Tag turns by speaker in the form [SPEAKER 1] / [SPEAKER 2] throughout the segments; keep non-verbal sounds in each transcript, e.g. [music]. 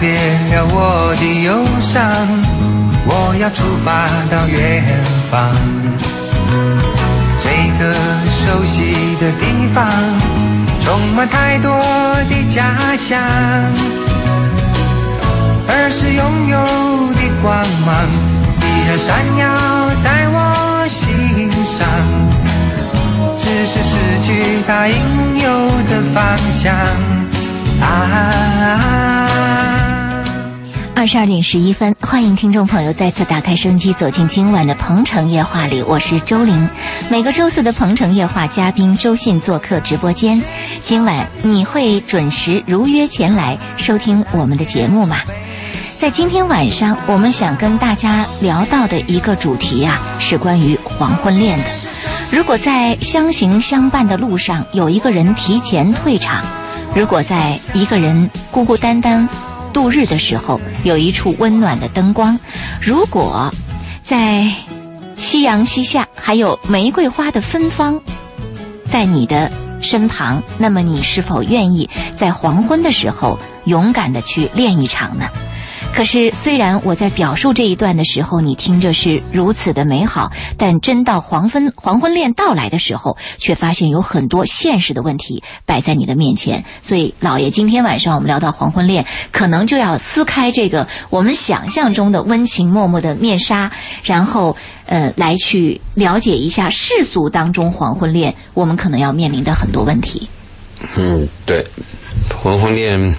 [SPEAKER 1] 别了我的忧伤，我要出发到远方。这个熟悉的地方，充满太多的家乡，儿时拥有的光芒，依然闪耀在我心上。只是失去它应有的方向。啊，
[SPEAKER 2] 二十二点十一分，欢迎听众朋友再次打开收音机，走进今晚的《鹏城夜话》里，我是周玲。每个周四的《鹏城夜话》嘉宾周信做客直播间，今晚你会准时如约前来收听我们的节目吗？在今天晚上，我们想跟大家聊到的一个主题啊，是关于黄昏恋的。如果在相行相伴的路上，有一个人提前退场；如果在一个人孤孤单单度日的时候，有一处温暖的灯光；如果在夕阳西下，还有玫瑰花的芬芳在你的身旁，那么你是否愿意在黄昏的时候勇敢的去练一场呢？可是，虽然我在表述这一段的时候，你听着是如此的美好，但真到黄昏黄昏恋到来的时候，却发现有很多现实的问题摆在你的面前。所以，老爷，今天晚上我们聊到黄昏恋，可能就要撕开这个我们想象中的温情脉脉的面纱，然后呃，来去了解一下世俗当中黄昏恋我们可能要面临的很多问题。
[SPEAKER 3] 嗯，对，黄昏恋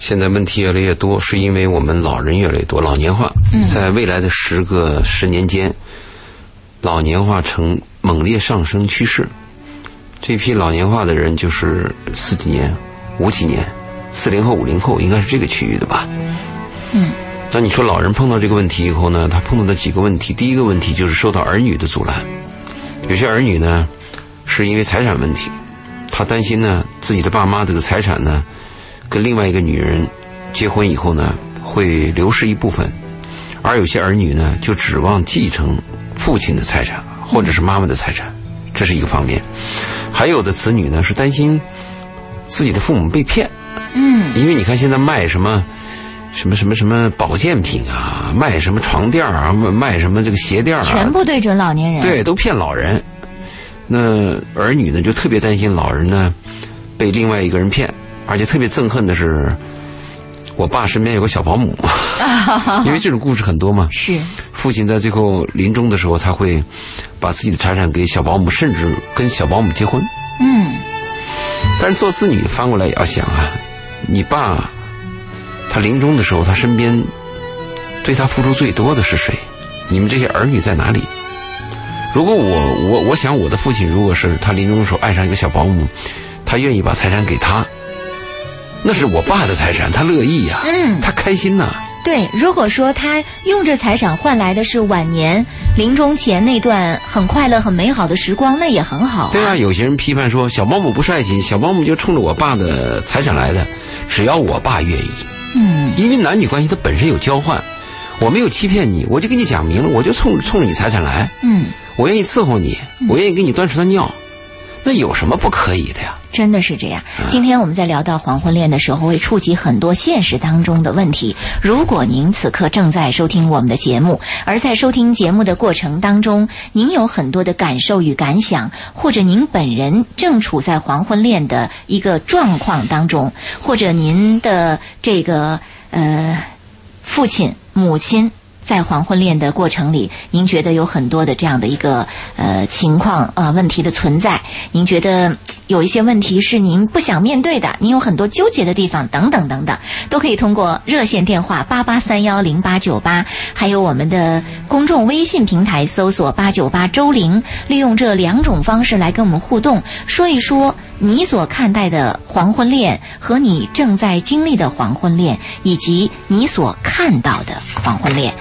[SPEAKER 3] 现在问题越来越多，是因为我们老人越来越多，老年化。在未来的十个十年间，老年化呈猛烈上升趋势。这批老年化的人就是四几年、五几年、四零后、五零后，应该是这个区域的吧？嗯。那你说老人碰到这个问题以后呢，他碰到的几个问题，第一个问题就是受到儿女的阻拦。有些儿女呢，是因为财产问题，他担心呢自己的爸妈这个财产呢，跟另外一个女人结婚以后呢，会流失一部分，而有些儿女呢，就指望继承父亲的财产或者是妈妈的财产，这是一个方面。还有的子女呢，是担心自己的父母被骗，
[SPEAKER 2] 嗯，
[SPEAKER 3] 因为你看现在卖什么。什么什么什么保健品啊，卖什么床垫儿啊，卖什么这个鞋垫儿啊，
[SPEAKER 2] 全部对准老年人。
[SPEAKER 3] 对，都骗老人。那儿女呢，就特别担心老人呢被另外一个人骗，而且特别憎恨的是，我爸身边有个小保姆，因为这种故事很多嘛。
[SPEAKER 2] 是，
[SPEAKER 3] 父亲在最后临终的时候，他会把自己的财产给小保姆，甚至跟小保姆结婚。
[SPEAKER 2] 嗯，
[SPEAKER 3] 但是做子女翻过来也要想啊，你爸他临终的时候，他身边对他付出最多的是谁？你们这些儿女在哪里？如果我我我想我的父亲，如果是他临终的时候爱上一个小保姆，他愿意把财产给他，那是我爸的财产，他乐意呀、
[SPEAKER 2] 嗯
[SPEAKER 3] 他开心呐、
[SPEAKER 2] 对，如果说他用这财产换来的是晚年临终前那段很快乐、很美好的时光，那也很好、
[SPEAKER 3] 对啊，有些人批判说小保姆不是爱情，小保姆就冲着我爸的财产来的，只要我爸愿意，
[SPEAKER 2] 嗯，
[SPEAKER 3] 因为男女关系它本身有交换，我没有欺骗你，我就跟你讲明了，我就冲冲着你财产来，
[SPEAKER 2] 嗯，
[SPEAKER 3] 我愿意伺候你，我愿意给你端出的尿，那有什么不可以的呀？
[SPEAKER 2] 真的是这样。今天我们在聊到黄昏恋的时候，会触及很多现实当中的问题。如果您此刻正在收听我们的节目，而在收听节目的过程当中，您有很多的感受与感想，或者您本人正处在黄昏恋的一个状况当中，或者您的这个呃。父亲、母亲在黄昏恋的过程里，您觉得有很多的这样的一个呃情况啊、呃问题的存在，您觉得嘖有一些问题是您不想面对的，您有很多纠结的地方等等等等，都可以通过热线电话八八三幺零八九八，还有我们的公众微信平台搜索八九八周玲，利用这两种方式来跟我们互动，说一说你所看待的黄昏恋和你正在经历的黄昏恋，以及你所看到的黄昏恋。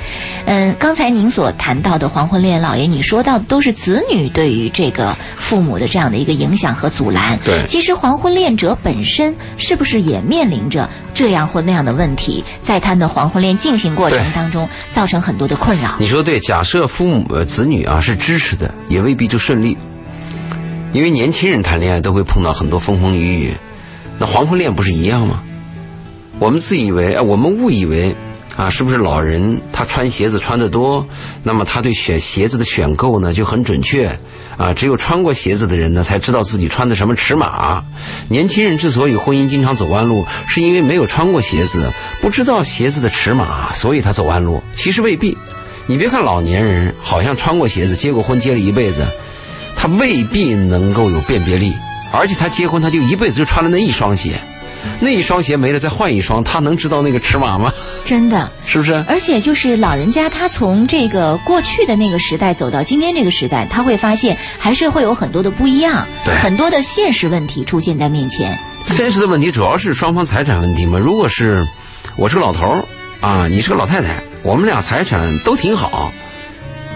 [SPEAKER 2] 嗯，刚才您所谈到的黄昏恋，老爷，你说到的都是子女对于这个父母的这样的一个影响和阻拦。
[SPEAKER 3] 对
[SPEAKER 2] 其实黄昏恋者本身是不是也面临着这样或那样的问题，在他的黄昏恋进行过程
[SPEAKER 3] 对
[SPEAKER 2] 当中造成很多的困扰？
[SPEAKER 3] 你说对，假设父母呃子女啊是支持的，也未必就顺利，因为年轻人谈恋爱都会碰到很多风风雨雨，那黄昏恋不是一样吗？我们自以为，哎，我们误以为啊，是不是老人他穿鞋子穿得多，那么他对选鞋子的选购呢就很准确啊？只有穿过鞋子的人呢，才知道自己穿的什么尺码。年轻人之所以婚姻经常走弯路，是因为没有穿过鞋子，不知道鞋子的尺码，所以他走弯路。其实未必。你别看老年人好像穿过鞋子，结过婚，结了一辈子，他未必能够有辨别力，而且他结婚他就一辈子就穿了那一双鞋，那一双鞋没了再换一双，他能知道那个尺码吗？ [laughs]
[SPEAKER 2] 真的。
[SPEAKER 3] 是不是？
[SPEAKER 2] 而且就是老人家，他从这个过去的那个时代走到今天这个时代，他会发现还是会有很多的不一样，
[SPEAKER 3] 对
[SPEAKER 2] 很多的现实问题出现在面前。
[SPEAKER 3] 现实的问题主要是双方财产问题嘛。如果是我是个老头儿啊，你是个老太太，我们俩财产都挺好，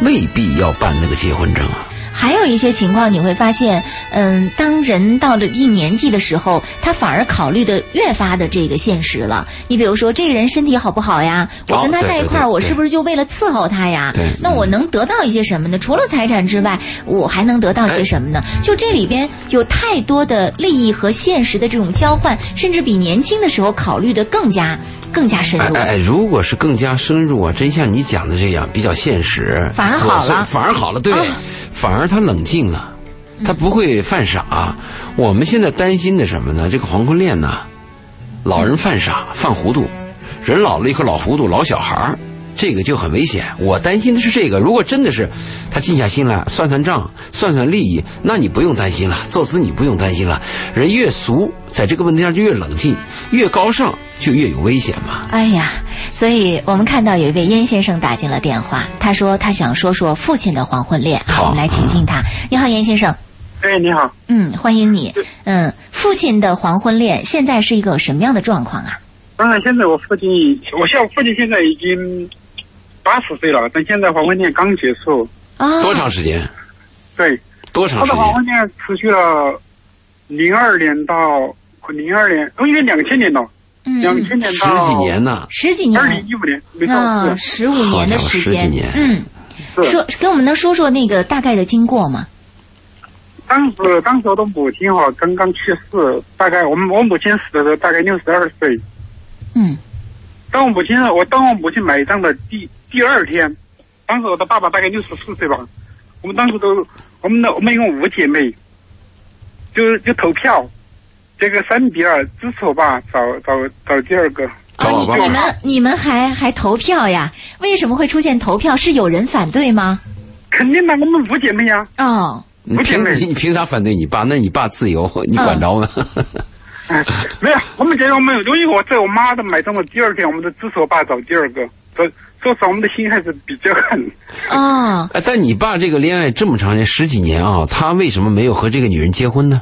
[SPEAKER 3] 未必要办那个结婚证啊。
[SPEAKER 2] 还有一些情况，你会发现，嗯，当人到了一年纪的时候，他反而考虑的越发的这个现实了。你比如说，这个人身体好不好呀？我
[SPEAKER 3] 哦
[SPEAKER 2] 跟他
[SPEAKER 3] 对
[SPEAKER 2] 在一
[SPEAKER 3] 对
[SPEAKER 2] 块儿，
[SPEAKER 3] 对
[SPEAKER 2] 我
[SPEAKER 3] 对
[SPEAKER 2] 是不是就为了伺候他呀
[SPEAKER 3] 对？嗯
[SPEAKER 2] 那我能得到一些什么呢？除了财产之外，我还能得到些什么呢？
[SPEAKER 3] 哎
[SPEAKER 2] 就这里边有太多的利益和现实的这种交换，甚至比年轻的时候考虑的更加更加深
[SPEAKER 3] 哎
[SPEAKER 2] 入
[SPEAKER 3] 哎。哎，如果是更加深入啊，真像你讲的这样，比较现实，
[SPEAKER 2] 反而好了
[SPEAKER 3] 琐碎反而好了，对，
[SPEAKER 2] 啊嗯
[SPEAKER 3] 反而他冷静了，他不会犯傻。我们现在担心的什么呢？这个黄昏恋呢，老人犯傻犯糊涂，人老了一颗老糊涂，老小孩儿。这个就很危险，我担心的是这个。如果真的是他静下心来算算账、算算利益，那你不用担心了，做子女不用担心了。人越俗，在这个问题上就越冷静，越高尚就越有危险嘛。
[SPEAKER 2] 哎呀，所以我们看到有一位燕先生打进了电话，他说他想说说父亲的黄昏恋。
[SPEAKER 3] 好
[SPEAKER 2] 我们来请进他。你好，燕先生，
[SPEAKER 4] 哎，你好，
[SPEAKER 2] 嗯，欢迎你。嗯，父亲的黄昏恋现在是一个什么样的状况啊？
[SPEAKER 4] 嗯，现在我父亲，我像我父亲现在已经八十岁了，但现在黄昏恋刚结束，
[SPEAKER 2] 啊、
[SPEAKER 3] 多长时间？嗯
[SPEAKER 4] 对，
[SPEAKER 3] 多
[SPEAKER 4] 他
[SPEAKER 3] 长时
[SPEAKER 4] 的黄
[SPEAKER 3] 间？
[SPEAKER 4] 昏恋持续了零二年到零二年，哦，应该两千年了，两
[SPEAKER 2] 嗯，
[SPEAKER 4] 千年
[SPEAKER 3] 十
[SPEAKER 4] 到
[SPEAKER 3] 几年嗯呢？
[SPEAKER 2] 十几
[SPEAKER 4] 二零
[SPEAKER 2] 年
[SPEAKER 4] 一五年没
[SPEAKER 2] 啊，
[SPEAKER 4] 到是
[SPEAKER 2] 十五年的时
[SPEAKER 3] 好家伙十
[SPEAKER 2] 间
[SPEAKER 3] 几年。
[SPEAKER 2] 嗯，
[SPEAKER 4] 是
[SPEAKER 2] 说跟我们能说说那个大概的经过吗？
[SPEAKER 4] 当时当时我的母亲哈、刚刚去世，大概我们我母亲死的时候大概六十二岁，
[SPEAKER 2] 嗯
[SPEAKER 4] 当我母亲我当我母亲埋葬的第第二天，当时我的爸爸大概六十四岁吧，我们当时都我们的我们一共五姐妹，就就投票，这个三比二支持我爸找找找第二个，
[SPEAKER 3] 找
[SPEAKER 2] 哦，
[SPEAKER 3] 老
[SPEAKER 2] 你
[SPEAKER 3] 爸
[SPEAKER 2] 你
[SPEAKER 3] 爸。
[SPEAKER 2] 们你们还还投票呀？为什么会出现投票？是有人反对吗？
[SPEAKER 4] 肯定的，我们五姐妹呀、 [laughs]
[SPEAKER 2] 哦，
[SPEAKER 3] 你
[SPEAKER 4] 我姐
[SPEAKER 3] 凭
[SPEAKER 4] 妹
[SPEAKER 3] 你凭啥反对你爸？那是你爸自由，你
[SPEAKER 4] 嗯
[SPEAKER 3] 管着
[SPEAKER 4] [laughs]
[SPEAKER 3] 吗？
[SPEAKER 4] 哎，没有，我们觉得我们因为我在我妈的埋葬的第二天，我们就支持我爸找第二个，所以说实话，我们的心还是比较狠。
[SPEAKER 2] 哦，
[SPEAKER 3] 哎，但你爸这个恋爱这么长时间，十几年啊，他为什么没有和这个女人结婚呢？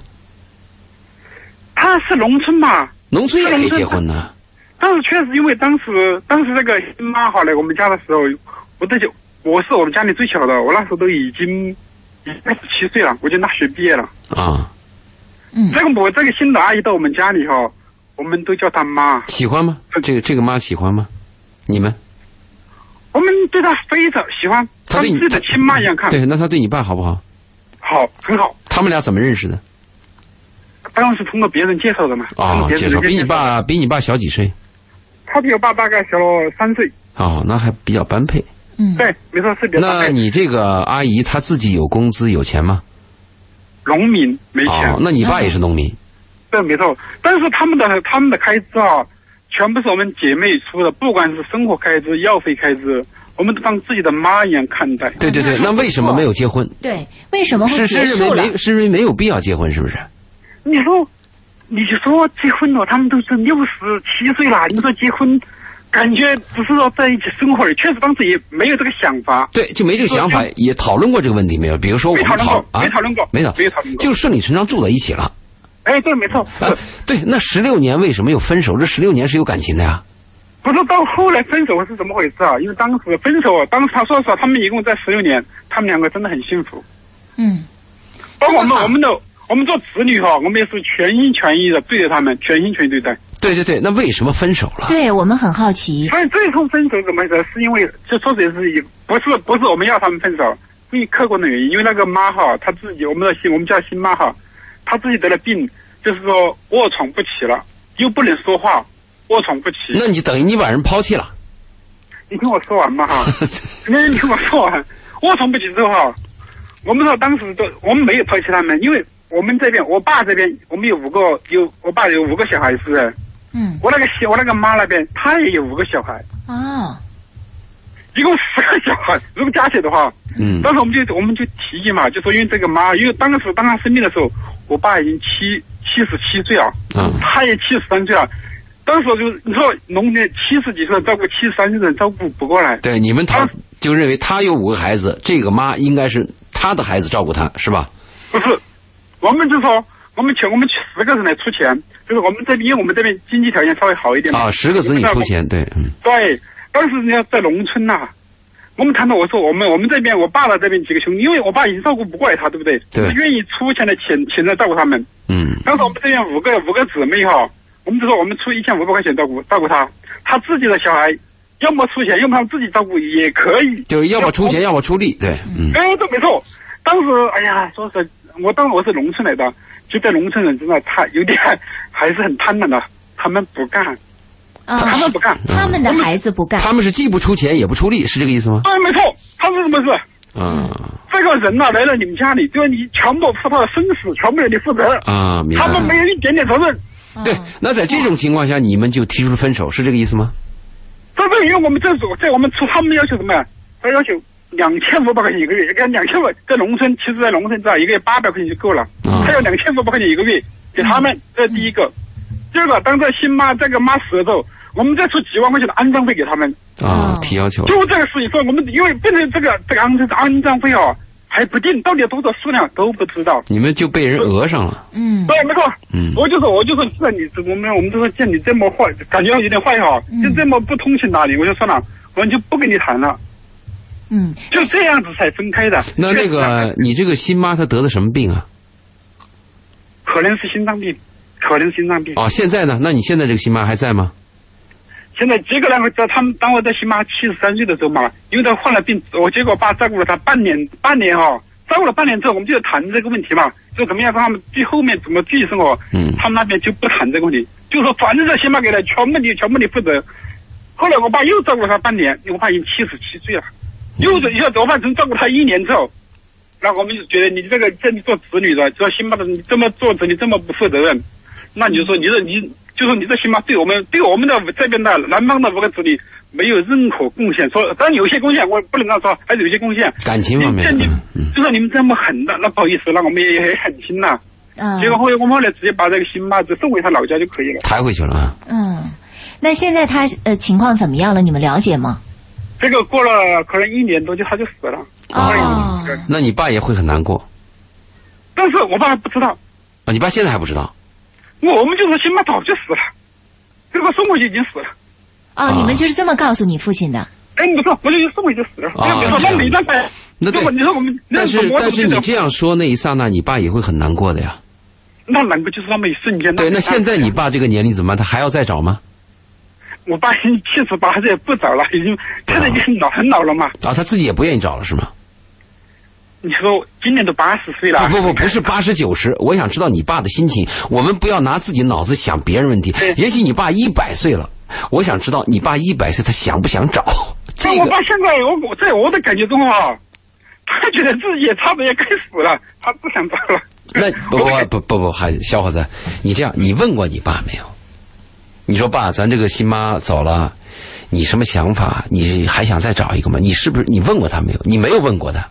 [SPEAKER 4] 他是农村嘛，
[SPEAKER 3] 农村也可以结婚呢。
[SPEAKER 4] 但是确实，因为当时当时那个新妈好来我们家的时候，我都就我是我们家里最小的，我那时候都已经二十七岁了，我已经大学毕业了。
[SPEAKER 3] 啊，
[SPEAKER 2] 嗯
[SPEAKER 4] 这个我这个新的阿姨到我们家里哈，我们都叫她妈，
[SPEAKER 3] 喜欢吗？这个这个妈喜欢吗？你们？
[SPEAKER 4] 我们对她非常喜欢，
[SPEAKER 3] 她
[SPEAKER 4] 当
[SPEAKER 3] 对
[SPEAKER 4] 自
[SPEAKER 3] 你
[SPEAKER 4] 己的亲妈一样看，
[SPEAKER 3] 对，那他对你爸好不好？
[SPEAKER 4] 好很好。
[SPEAKER 3] 他们俩怎么认识的？
[SPEAKER 4] 当然是通过别人介绍的嘛，通
[SPEAKER 3] 啊、
[SPEAKER 4] 过别
[SPEAKER 3] 介
[SPEAKER 4] 人的
[SPEAKER 3] 绍比你，爸比你爸小几岁？
[SPEAKER 4] 他比我爸大概小了三岁，
[SPEAKER 3] 哦，那还比较般配。
[SPEAKER 2] 嗯，
[SPEAKER 4] 对，没错是比他
[SPEAKER 3] 那你这个阿姨她自己有工资有钱吗？
[SPEAKER 4] 农民没钱。
[SPEAKER 3] 哦，那你爸也是农民。
[SPEAKER 4] 嗯对，没错。但是他们的他们的开支啊，全部是我们姐妹出的，不管是生活开支、药费开支，我们都当自己的妈一样看待。
[SPEAKER 3] 对对对，那为什么没有结婚？
[SPEAKER 2] 对，为什
[SPEAKER 4] 嗯
[SPEAKER 2] 么会
[SPEAKER 3] 是是
[SPEAKER 2] 结
[SPEAKER 3] 认为
[SPEAKER 2] 束了？
[SPEAKER 3] 没是认为没有必要结婚，是不是？
[SPEAKER 4] 你说，你就说结婚了，他们都是六十七岁了，你说结婚，感觉只是要在一起生活而已，确实当时也没有这个想法。
[SPEAKER 3] 对，就没这个想法，也讨论过这个问题没有？比如说我
[SPEAKER 4] 没
[SPEAKER 3] 们
[SPEAKER 4] 讨论
[SPEAKER 3] 讨
[SPEAKER 4] 过，
[SPEAKER 3] 啊，
[SPEAKER 4] 没讨论过，
[SPEAKER 3] 没讨
[SPEAKER 4] 没有讨论过。
[SPEAKER 3] 就顺理成章住在一起了。
[SPEAKER 4] 哎，对，没错，
[SPEAKER 3] 啊， [laughs] 对，那十六年为什么又分手？这十六年是有感情的呀。
[SPEAKER 4] 不是到后来分手是怎么回事啊？因为当时分手，啊，当时他说实话，他们一共在十六年，他们两个真的很幸福。
[SPEAKER 2] 嗯，
[SPEAKER 4] 包括我
[SPEAKER 2] 这么
[SPEAKER 4] 们
[SPEAKER 2] 好
[SPEAKER 4] 我们的我们做子女哈，我们也是全心全意的对待他们，全心全意对待。
[SPEAKER 3] 对对对，那为什么分手了？
[SPEAKER 4] 啊
[SPEAKER 2] 对我们很好奇。
[SPEAKER 4] 所以最后分手怎么回事？是因为就说也是也不是不是我们要他们分手，是因为客观的原因，因为那个妈哈，她自己我们的新我们叫新妈哈，她自己得了病，就是说卧床不起了，又不能说话，卧床不起。
[SPEAKER 3] 那你等于你把人抛弃了。
[SPEAKER 4] 你听我说完
[SPEAKER 3] [laughs]
[SPEAKER 4] 吧哈，那你听我说完。卧床不起之后哈，我们说当时都我们没有抛弃他们，因为我们这边我爸这边我们有五个有我爸有五个小孩子，
[SPEAKER 2] 嗯，
[SPEAKER 4] 我那个小我那个妈那边她也有五个小孩，
[SPEAKER 2] 哦，
[SPEAKER 4] 一共十个小孩，如果加起来的话，
[SPEAKER 3] 嗯
[SPEAKER 4] 当时我们就我们就提议嘛，就说因为这个妈，因为当时当她生病的时候，我爸已经七七十七岁了，
[SPEAKER 3] 嗯
[SPEAKER 4] 他也七十三岁了。当时我就你说农民七十几岁照顾七十三岁的人照顾不过来，
[SPEAKER 3] 对，你们他
[SPEAKER 4] 啊
[SPEAKER 3] 就认为他有五个孩子，这个妈应该是他的孩子照顾他，是吧？
[SPEAKER 4] 不是，我们就说我们请我们十个人来出钱，就是我们这边因为我们这边经济条件稍微好一点嘛，
[SPEAKER 3] 啊，十个子女出钱，对，嗯
[SPEAKER 4] 对，当时人家在农村呐、我们谈到我说我们我们这边我爸的这边几个兄弟，因为我爸已经照顾不过来他，对不对？
[SPEAKER 3] 对
[SPEAKER 4] 我们愿意出钱来请请来照顾他们。
[SPEAKER 3] 嗯
[SPEAKER 4] 当时我们这边五个五个姊妹哈，我们就说我们出一千五百块钱照顾照顾他，他自己的小孩，要么出钱，要么他自己照顾也可以。
[SPEAKER 3] 就是要么出钱，要么出力，对，嗯
[SPEAKER 4] 哎，这没错。当时哎呀，说是我当时我是农村来的，就在农村人真的他有点 [laughs] 还是很贪婪的，他们不干，
[SPEAKER 2] 哦，
[SPEAKER 4] 他们不干。
[SPEAKER 2] 他们的孩子不干，
[SPEAKER 3] 他们是既不出钱也不出力，是这个意思吗？
[SPEAKER 4] 对，哎没错，他是什么事？
[SPEAKER 3] 啊
[SPEAKER 4] 这个人呐、来到你们家里，就是你强迫他的生死，全部由你负责，
[SPEAKER 3] 啊，明白
[SPEAKER 4] 他们没
[SPEAKER 3] 了。
[SPEAKER 4] 有一点点责任。
[SPEAKER 2] 嗯
[SPEAKER 3] 对，那在这种情况下，你们就提出了分手，是这个意思吗？
[SPEAKER 4] 在这里，我们政府在我们出，他们要求什么呀？他要求两千五百块钱一个月，跟两千五在农村，其实在农村知道一个月八百块钱就够了，
[SPEAKER 3] 嗯
[SPEAKER 4] 他要两千五百块钱一个月给他们，这是第一个。第二个，当这新妈这个妈死了之后，我们再出几万块钱的安葬费给他们。
[SPEAKER 3] 啊
[SPEAKER 2] 哦，
[SPEAKER 3] 提要求了，
[SPEAKER 4] 就这个事情说，我们因为不能这个这个安葬安葬费啊，还不定到底有多少数量都不知道。
[SPEAKER 3] 你们就被人讹上了。
[SPEAKER 2] 嗯
[SPEAKER 4] 对，没错。
[SPEAKER 3] 嗯
[SPEAKER 4] 我就说，我就说，既然你我们我们就说，见你这么坏，感觉有点坏哈，就这么不通情达理，我就算了，我就不跟你谈了，
[SPEAKER 2] 嗯，
[SPEAKER 4] 就这样子才分开的。啊
[SPEAKER 3] 那那个你这个新妈她得的什么病啊？
[SPEAKER 4] 可能是心脏病，可能是心脏病。
[SPEAKER 3] 哦，现在呢？那你现在这个新妈还在吗？
[SPEAKER 4] 现在结果呢，在他们当我在新妈七十三岁的时候嘛，因为他患了病，我结果我爸照顾了他半年，半年哈、照顾了半年之后，我们就谈这个问题嘛，就怎么样让他们最后面怎么继续生活。
[SPEAKER 3] 嗯
[SPEAKER 4] 他们那边就不谈这个问题，就说反正这新妈给的全部你全部你负责。后来我爸又照顾了他半年，我爸已经七十七岁了，又一下我爸只照顾他一年之后，那我们就觉得你这个这你做子女的，做新妈的你这么做子女这么不负责任，那你就说你这你就说你这新妈对我们 [laughs] 对我们的这边的南方的五个子女没有任何贡献，说呃当然有些贡献我不能这样说，还是有些贡献。
[SPEAKER 3] 感情方面
[SPEAKER 4] 这你
[SPEAKER 3] 嗯嗯
[SPEAKER 4] 就说你们这么狠的，那不好意思，那我们也也很心呐。
[SPEAKER 2] 啊
[SPEAKER 4] 结果后来我们后来直接把这个新妈子送回她老家就可以了。
[SPEAKER 3] 抬回去了啊。
[SPEAKER 2] 嗯，那现在他呃情况怎么样了？你们了解吗？
[SPEAKER 4] 这个过了可能一年多就她就死了。
[SPEAKER 2] 哦
[SPEAKER 4] 对
[SPEAKER 3] 啊那你爸也会很难过
[SPEAKER 4] 但是我爸还不知道，
[SPEAKER 3] 啊？你爸现在还不知道？
[SPEAKER 4] 我们就说新妈早就死了，这个送回去已经死了。
[SPEAKER 2] 哦，
[SPEAKER 3] 啊
[SPEAKER 2] 你们就是这么告诉你父亲的？
[SPEAKER 4] 哎，你说我就送回去死了，
[SPEAKER 3] 啊
[SPEAKER 4] 没有没
[SPEAKER 3] 这
[SPEAKER 4] 说
[SPEAKER 3] 样
[SPEAKER 4] 那没办法呀。
[SPEAKER 3] 那对
[SPEAKER 4] 如果你说我们，
[SPEAKER 3] 但
[SPEAKER 4] 那
[SPEAKER 3] 是
[SPEAKER 4] 我怎
[SPEAKER 3] 但是
[SPEAKER 4] 么记得
[SPEAKER 3] 你这样说那一刹那，你爸也会很难过的呀。
[SPEAKER 4] 那难过就是那么一瞬间。
[SPEAKER 3] 对，那
[SPEAKER 4] 没办法
[SPEAKER 3] 现在你爸这个年龄怎么办？他还要再找吗？
[SPEAKER 4] 我爸已经七十八岁不早了，已经现在已经很老很老了嘛。
[SPEAKER 3] 啊，他自己也不愿意找了是吗？
[SPEAKER 4] 你说今年都八十岁了，
[SPEAKER 3] 不不不，不是八十九十，我想知道你爸的心情。我们不要拿自己脑子想别人问题
[SPEAKER 4] 对。
[SPEAKER 3] 也许你爸一百岁了，我想知道你爸一百岁他想不想找这
[SPEAKER 4] 那我
[SPEAKER 3] 个
[SPEAKER 4] [laughs] 爸现在我我在我的感觉中啊，他觉得自己也差不多也该死了，他不想找了。
[SPEAKER 3] 那不
[SPEAKER 4] 我
[SPEAKER 3] 不不不不，还小伙子，你这样，你问过你爸没有？你说爸，咱这个新妈走了，你什么想法？你还想再找一个吗？你是不是你问过他没有？你没有问过他，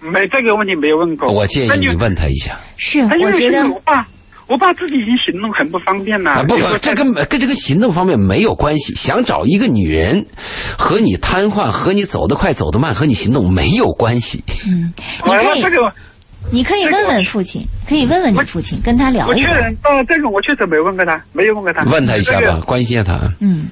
[SPEAKER 4] 没这个问题没有问过。
[SPEAKER 3] 我建
[SPEAKER 4] 哦那
[SPEAKER 3] 议
[SPEAKER 4] 就
[SPEAKER 3] 你。问他一下。
[SPEAKER 2] 是，
[SPEAKER 4] 他因
[SPEAKER 2] 我
[SPEAKER 4] 为
[SPEAKER 2] 觉
[SPEAKER 4] 现
[SPEAKER 2] 得
[SPEAKER 4] 在我爸，我爸自己已经行动很不方便了。
[SPEAKER 3] 啊，不
[SPEAKER 4] 就
[SPEAKER 3] 不
[SPEAKER 4] 说，
[SPEAKER 3] 这
[SPEAKER 4] 在
[SPEAKER 3] 跟跟这个行动方面没有关系。想找一个女人，和你瘫痪，和你走得快走得慢，和你行动没有关系。
[SPEAKER 2] 嗯，你
[SPEAKER 4] 完
[SPEAKER 2] 可
[SPEAKER 4] 了
[SPEAKER 2] 以
[SPEAKER 4] 哎这个
[SPEAKER 2] 你可以问问父亲，可以问问你父亲，跟他聊
[SPEAKER 4] 我
[SPEAKER 2] 一
[SPEAKER 4] 确
[SPEAKER 2] 聊。
[SPEAKER 4] 认，呃，这个我确实没问过他，没有问过他。
[SPEAKER 3] 问他一下
[SPEAKER 4] 这
[SPEAKER 3] 吧
[SPEAKER 4] 个，。
[SPEAKER 3] 关心一下他。啊
[SPEAKER 2] 嗯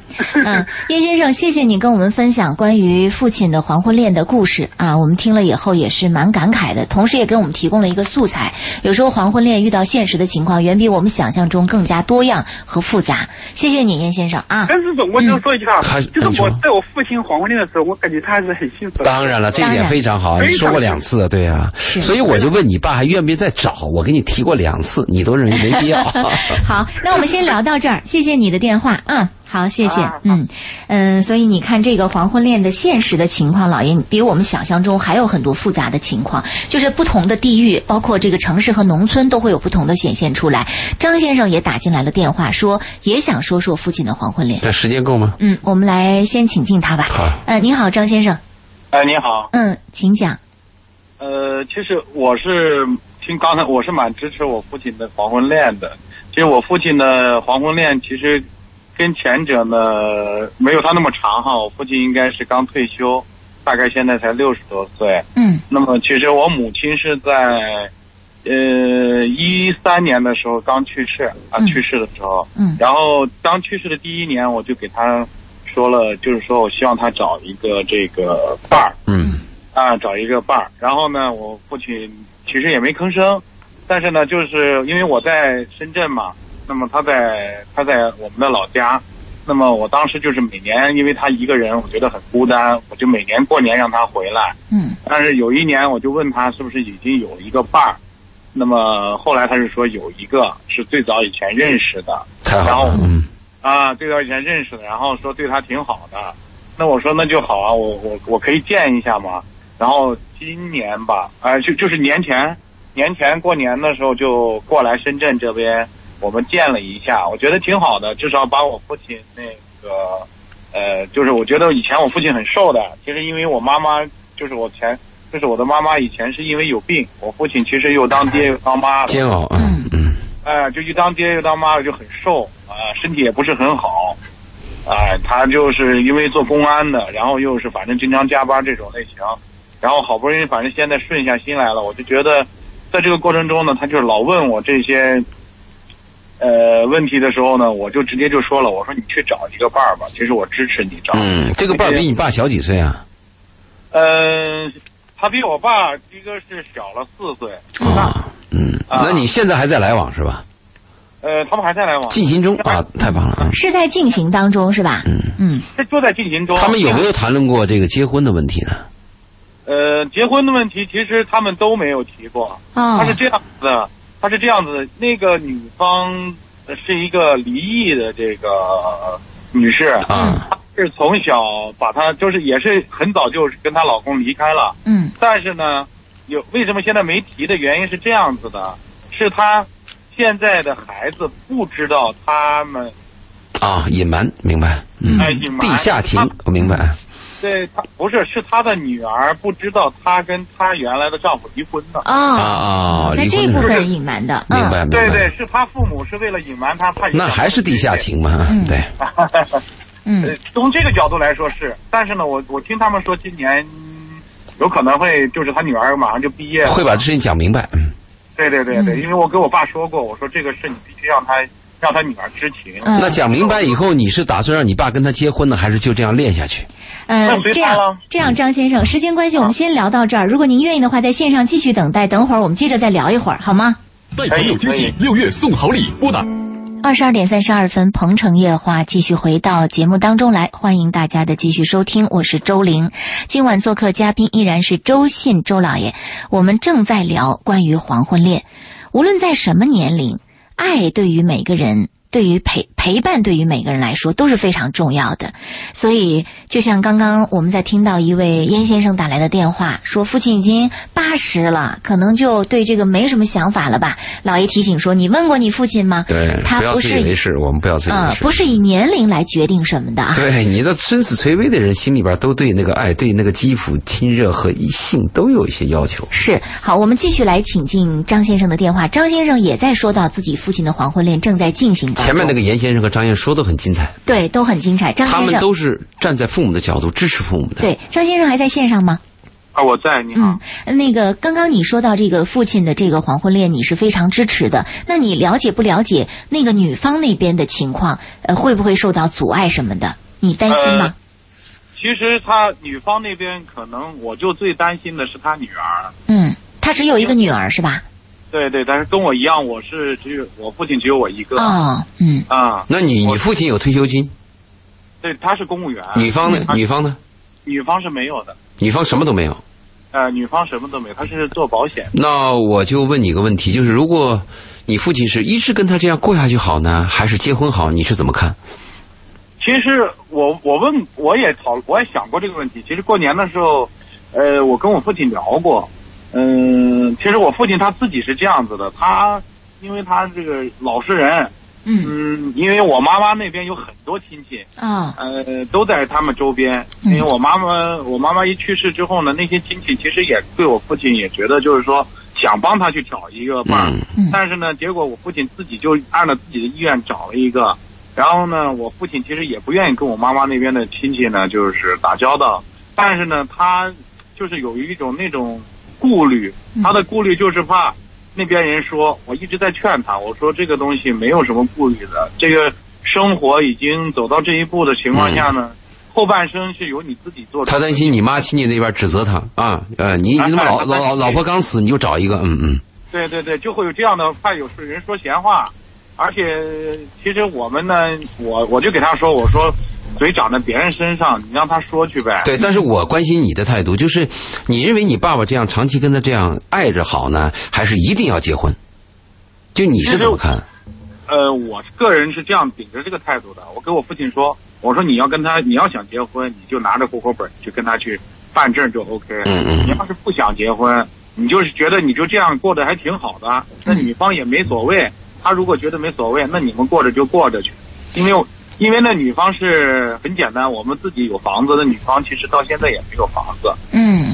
[SPEAKER 2] 嗯，叶先生，谢谢你跟我们分享关于父亲的黄昏恋的故事啊，我们听了以后也是蛮感慨的，同时也给我们提供了一个素材。有时候黄昏恋遇到现实的情况，远比我们想象中更加多样和复杂。谢谢你，叶先生啊。
[SPEAKER 4] 但是总我
[SPEAKER 3] 嗯
[SPEAKER 4] 就说一句话
[SPEAKER 3] 还，
[SPEAKER 4] 就是我
[SPEAKER 3] 你说
[SPEAKER 4] 在我父亲黄昏恋的时候，我感觉他还是很幸福的。
[SPEAKER 3] 当然了，这一
[SPEAKER 2] 当
[SPEAKER 3] 点
[SPEAKER 2] 然
[SPEAKER 3] 啊非常好，你说过两次，对啊。所以我就问你爸还愿不愿意再找？我给你提过两次，你都认为没必 [laughs] 要。
[SPEAKER 2] [laughs] 好，那我们先聊到这儿，谢谢你的电话。嗯，好，谢谢。
[SPEAKER 4] 啊
[SPEAKER 2] 嗯嗯，所以你看这个黄昏恋的现实的情况，老爷，比我们想象中还有很多复杂的情况，就是不同的地域，包括这个城市和农村，都会有不同的显现出来。张先生也打进来了电话，说也想说说附近的黄昏恋。
[SPEAKER 3] 但时间够吗？
[SPEAKER 2] 嗯，我们来先请进他吧。
[SPEAKER 3] 好
[SPEAKER 2] 呃，您好，张先生。
[SPEAKER 5] 哎，你好，
[SPEAKER 2] 嗯，请讲。
[SPEAKER 5] 呃，其实我是听刚才我是蛮支持我父亲的黄昏恋的。其实我父亲的黄昏恋其实跟前者呢没有他那么长哈，我父亲应该是刚退休，大概现在才六十多岁。
[SPEAKER 2] 嗯
[SPEAKER 5] 那么其实我母亲是在呃一三年的时候刚去世啊，
[SPEAKER 2] 嗯
[SPEAKER 5] 去世的时候，
[SPEAKER 2] 嗯
[SPEAKER 5] 然后刚去世的第一年，我就给他说了，就是说我希望他找一个这个伴儿。
[SPEAKER 3] 嗯
[SPEAKER 5] 啊，找一个伴儿。然后呢，我父亲其实也没吭声，但是呢，就是因为我在深圳嘛，那么他在他在我们的老家，那么我当时就是每年因为他一个人，我觉得很孤单，我就每年过年让他回来。
[SPEAKER 2] 嗯
[SPEAKER 5] 但是有一年我就问他是不是已经有一个伴儿，那么后来他是说有一个是最早以前认识的，
[SPEAKER 3] 太好了
[SPEAKER 5] 然，后
[SPEAKER 3] 嗯
[SPEAKER 5] 啊，最早以前认识的，然后说对他挺好的，那我说那就好啊，我我我可以见一下嘛。然后今年吧，啊、就就是年前，年前过年的时候就过来深圳这边，我们见了一下，我觉得挺好的，至少把我父亲那个，呃，就是我觉得以前我父亲很瘦的，其实因为我妈妈就是我前，就是我的妈妈以前是因为有病，我父亲其实又当爹又当妈了，
[SPEAKER 3] 煎熬啊，嗯
[SPEAKER 5] 哎、就一当爹又当妈了，就很瘦啊、身体也不是很好，哎、他就是因为做公安的，然后又是反正经常加班这种类型，然后好不容易反正现在顺下心来了，我就觉得，在这个过程中呢，他就是老问我这些，呃问题的时候呢，我就直接就说了，我说你去找一个伴儿吧，其实我支持你找，
[SPEAKER 3] 嗯，这个伴儿比你爸小几岁啊？
[SPEAKER 5] 嗯、他比我爸一个是小了四岁，那
[SPEAKER 3] 啊，嗯，那你现在还在来往是吧？
[SPEAKER 5] 呃他们还在来往，
[SPEAKER 3] 进行中啊，太棒了啊！
[SPEAKER 2] 是在进行当中是吧？嗯嗯
[SPEAKER 5] 这就在进行中，
[SPEAKER 3] 他们有没有谈论过这个结婚的问题呢？
[SPEAKER 5] 呃，结婚的问题其实他们都没有提过。
[SPEAKER 2] 哦
[SPEAKER 5] 他是这样子的，他是这样子的，那个女方呃是一个离异的这个呃女士，
[SPEAKER 2] 嗯
[SPEAKER 3] 啊，
[SPEAKER 5] 她是从小把她就是也是很早就是跟她老公离开了，
[SPEAKER 2] 嗯
[SPEAKER 5] 但是呢，有为什么现在没提的原因是这样子的，是她现在的孩子不知道他们
[SPEAKER 3] 啊，隐瞒，明白？嗯，
[SPEAKER 5] 哎隐瞒
[SPEAKER 3] 地下情
[SPEAKER 5] 他，
[SPEAKER 3] 我明白。
[SPEAKER 5] 对她不是是她的女儿不知道她跟她原来的丈夫离婚的。
[SPEAKER 3] 啊
[SPEAKER 2] 哦，
[SPEAKER 3] 啊，
[SPEAKER 2] 在
[SPEAKER 3] 离
[SPEAKER 2] 这
[SPEAKER 3] 婚
[SPEAKER 2] 一部
[SPEAKER 3] 的时候
[SPEAKER 2] 分隐瞒的，
[SPEAKER 3] 明白
[SPEAKER 2] 嗯。
[SPEAKER 3] 明
[SPEAKER 5] 对
[SPEAKER 3] 白。
[SPEAKER 5] 对，是他父母是为了隐瞒他，怕影响
[SPEAKER 3] 那还是地下。情嘛？啊
[SPEAKER 2] 嗯
[SPEAKER 3] 对，
[SPEAKER 5] 呃
[SPEAKER 2] 嗯，
[SPEAKER 5] 从这个角度来说是，但是呢，我我听他们说今年嗯有可能会就是他女儿马上就毕业了，
[SPEAKER 3] 会把嗯这事情讲明白。嗯
[SPEAKER 5] 对对对对，因为我跟我爸说过，我说这个事你必须让他让他女儿知情。
[SPEAKER 2] 嗯
[SPEAKER 3] 那讲明白以后，你是打算让你爸跟他结婚呢，还是就这样练下去？
[SPEAKER 2] 呃
[SPEAKER 5] 那，随
[SPEAKER 2] 这
[SPEAKER 5] 他
[SPEAKER 2] 样
[SPEAKER 5] 了嗯
[SPEAKER 2] 这样，张先生，时间关系，我们先聊到这儿。如果您愿意的话，在线上继续等待，等会儿我们接着再聊一会儿，好吗？
[SPEAKER 6] 带朋友惊
[SPEAKER 5] 哎可以
[SPEAKER 6] 喜，六月送好礼，拨打
[SPEAKER 2] 二十二点三十二分，鹏城夜话继续回到节目当中来，欢迎大家的继续收听，我是周玲。今晚做客嘉宾依然是周信周老爷，我们正在聊关于黄昏恋。无论在什么年龄，爱对于每个人，对于陪陪伴，对于每个人来说都是非常重要的。所以，就像刚刚我们在听到一位燕先生打来的电话，说父亲已经八十了，可能就对这个没什么想法了吧？老爷提醒说，你问过你父亲吗？
[SPEAKER 3] 对，
[SPEAKER 2] 他
[SPEAKER 3] 不要
[SPEAKER 2] 不
[SPEAKER 3] 自
[SPEAKER 2] 是
[SPEAKER 3] 以为
[SPEAKER 2] 以
[SPEAKER 3] 是，我们不要自以
[SPEAKER 2] 嗯
[SPEAKER 3] 为，是。
[SPEAKER 2] 不是以年龄来决定什么的啊。
[SPEAKER 3] 对， [laughs] 你的身死垂危的人心里边都对那个爱、对那个肌肤亲热和性都有一些要求。
[SPEAKER 2] 是好，我们继续来请进张先生的电话。张先生也在说到自己父亲的黄昏恋正在进行当中，
[SPEAKER 3] 前面那个严先生和张燕说的很精彩，
[SPEAKER 2] 对都很精彩。张
[SPEAKER 3] 他
[SPEAKER 2] 先
[SPEAKER 3] 们
[SPEAKER 2] 生
[SPEAKER 3] 都是站在父母的角度支持父母的。
[SPEAKER 2] 对张先生还在线上吗？
[SPEAKER 5] 啊，我在，你好
[SPEAKER 2] 嗯。，那个刚刚你说到这个父亲的这个黄昏恋，你是非常支持的。那你了解不了解那个女方那边的情况？呃，会不会受到阻碍什么的？你担心吗？
[SPEAKER 5] 其实他女方那边可能我就最担心的是他女儿。
[SPEAKER 2] 嗯，他只有一个女儿是吧？
[SPEAKER 5] 对对，但是跟我一样，我是只有我父亲只有我一个
[SPEAKER 2] 哦，嗯，
[SPEAKER 5] 啊。
[SPEAKER 3] 那你
[SPEAKER 5] 我
[SPEAKER 3] 你父亲有退休金，
[SPEAKER 5] 对，他是公务员，
[SPEAKER 3] 女方呢？
[SPEAKER 5] 嗯
[SPEAKER 3] 女方呢？
[SPEAKER 5] 女方是没有的。
[SPEAKER 3] 女方什么都没有，
[SPEAKER 5] 呃，女方什么都没有，她是做保险的。
[SPEAKER 3] 那我就问你个问题，就是如果你父亲是一直跟他这样过下去好呢，还是结婚好？你是怎么看？
[SPEAKER 5] 其实我我问我也讨我也想过这个问题。其实过年的时候，呃，我跟我父亲聊过，嗯、其实我父亲他自己是这样子的，他因为他这个老实人，
[SPEAKER 2] 嗯
[SPEAKER 5] 嗯，因为我妈妈那边有很多亲戚，
[SPEAKER 2] 哦，
[SPEAKER 5] 呃，都在他们周边。
[SPEAKER 2] 嗯
[SPEAKER 5] 因为我妈妈我妈妈一去世之后呢，那些亲戚其实也对我父亲也觉得就是说想帮他去找一个伴儿。
[SPEAKER 3] 嗯
[SPEAKER 2] 嗯
[SPEAKER 5] 但是呢，结果我父亲自己就按照自己的意愿找了一个，然后呢，我父亲其实也不愿意跟我妈妈那边的亲戚呢，就是打交道，但是呢，他就是有一种那种顾虑，他的顾虑就是怕那边人说，我一直在劝他，我说这个东西没有什么顾虑的，这个生活已经走到这一步的情况下呢，后半生是由你自己做主
[SPEAKER 3] 他
[SPEAKER 5] 的。
[SPEAKER 3] 担心你妈亲戚那边指责他啊，呃，你你怎么老
[SPEAKER 5] 啊他
[SPEAKER 3] 老老老婆刚死你就找一个，嗯嗯，
[SPEAKER 5] 对对对，就会有这样的，怕有时候人说闲话，而且其实我们呢，我我就给他说，我说嘴长在别人身上，你让他说去呗。
[SPEAKER 3] 对。但是我关心你的态度，就是你认为你爸爸这样长期跟他这样爱着好呢，还是一定要结婚？就你是怎么看？
[SPEAKER 5] 呃，我个人是这样秉着这个态度的，我给我父亲说，我说你要跟他，你要想结婚，你就拿着户口本去跟他去办证就 OK。
[SPEAKER 3] 嗯嗯
[SPEAKER 5] 你要是不想结婚，你就是觉得你就这样过得还挺好的，
[SPEAKER 3] 嗯
[SPEAKER 5] 那女方也没所谓。她如果觉得没所谓，那你们过着就过着去，因为我因为那女方是很简单，我们自己有房子的女方，其实到现在也没有房子。
[SPEAKER 2] 嗯。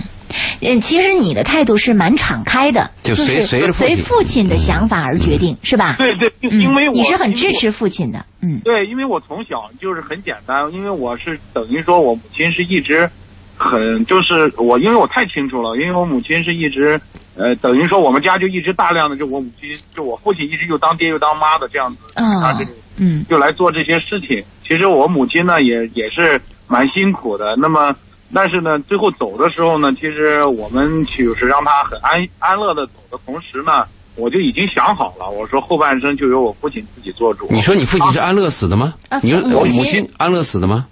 [SPEAKER 2] 嗯，其实你的态度是蛮敞开的，
[SPEAKER 3] 就是随随着父亲
[SPEAKER 2] 随父亲的想法而决定，是吧？
[SPEAKER 5] 对对，因
[SPEAKER 2] 嗯，
[SPEAKER 5] 因为我
[SPEAKER 2] 你是很支持父亲的，嗯
[SPEAKER 5] 对，因为我从小就是很简单，因为我是等于说我母亲是一直很就是我，因为我太清楚了，因为我母亲是一直呃，等于说我们家就一直大量的就我母亲就我父亲一直又当爹又当妈的这样子，他
[SPEAKER 2] 啊
[SPEAKER 5] 这个
[SPEAKER 2] 嗯
[SPEAKER 5] 就来做这些事情。其实我母亲呢也也是蛮辛苦的，那么但是呢，最后走的时候呢，其实我们就是让她很安安乐的走的同时呢，我就已经想好了，我说后半生就由我父亲自己做主。啊
[SPEAKER 3] 你说你父亲是安乐死的吗？
[SPEAKER 2] 啊
[SPEAKER 3] 你说
[SPEAKER 2] 母亲
[SPEAKER 3] 母亲安乐死的吗？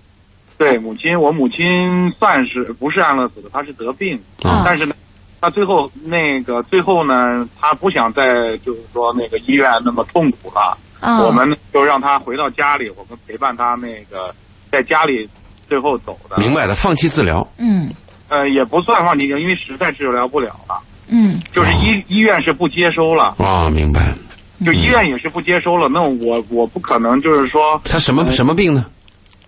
[SPEAKER 5] 对，母亲，我母亲算是不是安乐死的，她是得病，
[SPEAKER 2] 啊
[SPEAKER 5] 但是呢，她最后那个最后呢，她不想再就是说那个医院那么痛苦了，
[SPEAKER 2] 啊，
[SPEAKER 5] 我们就让她回到家里，我们陪伴她那个在家里最后走的，
[SPEAKER 3] 明白的，放弃治疗。
[SPEAKER 2] 嗯
[SPEAKER 5] 呃，也不算放弃因为实在治疗不了了，
[SPEAKER 2] 嗯
[SPEAKER 5] 就是医、医院是不接收了，
[SPEAKER 3] 啊、明白。
[SPEAKER 5] 就医院也是不接收了，那我我不可能就是说，
[SPEAKER 3] 他什么什么病呢？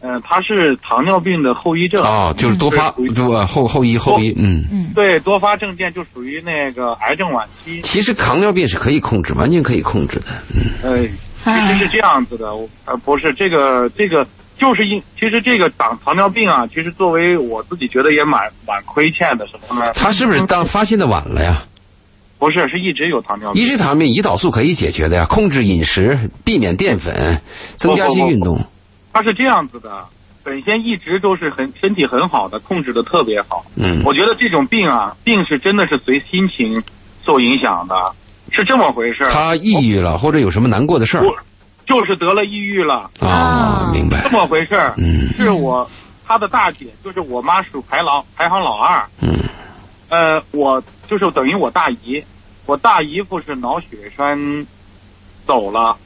[SPEAKER 5] 呃，她是糖尿病的后遗症。
[SPEAKER 3] 哦，就是多发
[SPEAKER 5] 嗯
[SPEAKER 3] 多后后遗后
[SPEAKER 5] 哦
[SPEAKER 3] 遗，嗯。
[SPEAKER 2] 嗯
[SPEAKER 5] 对，多发症件就属于那个癌症晚期，
[SPEAKER 3] 其实糖尿病是可以控制，完全可以控制的。
[SPEAKER 5] 呃，其
[SPEAKER 2] 啊
[SPEAKER 5] 实是这样子的，我呃，不是这个这个，就是因其实这个糖糖尿病啊，其实作为我自己觉得也蛮蛮亏欠的，什么呢？
[SPEAKER 3] 他是不是当发现的晚了呀？
[SPEAKER 5] 不是是一直有糖尿
[SPEAKER 3] 一
[SPEAKER 5] 病？
[SPEAKER 3] 直糖尿病胰岛素可以解决的呀，控制饮食，避免淀粉，增加些运动。
[SPEAKER 5] 他是这样子的，本身一直都是很身体很好的，控制的特别好。
[SPEAKER 3] 嗯
[SPEAKER 5] 我觉得这种病啊，病是真的是随心情受影响的，是这么回事儿。
[SPEAKER 3] 他抑郁了，或者有什么难过的事儿
[SPEAKER 5] 我就是得了抑郁了，
[SPEAKER 3] 啊、
[SPEAKER 2] 啊
[SPEAKER 3] 明
[SPEAKER 5] 这
[SPEAKER 3] 白。
[SPEAKER 5] 么回事儿。
[SPEAKER 3] 嗯
[SPEAKER 5] 是我他的大姐，就是我妈属排老排行老二，
[SPEAKER 3] 嗯
[SPEAKER 5] 呃，我就是等于我大姨，我大姨夫是脑血栓走了，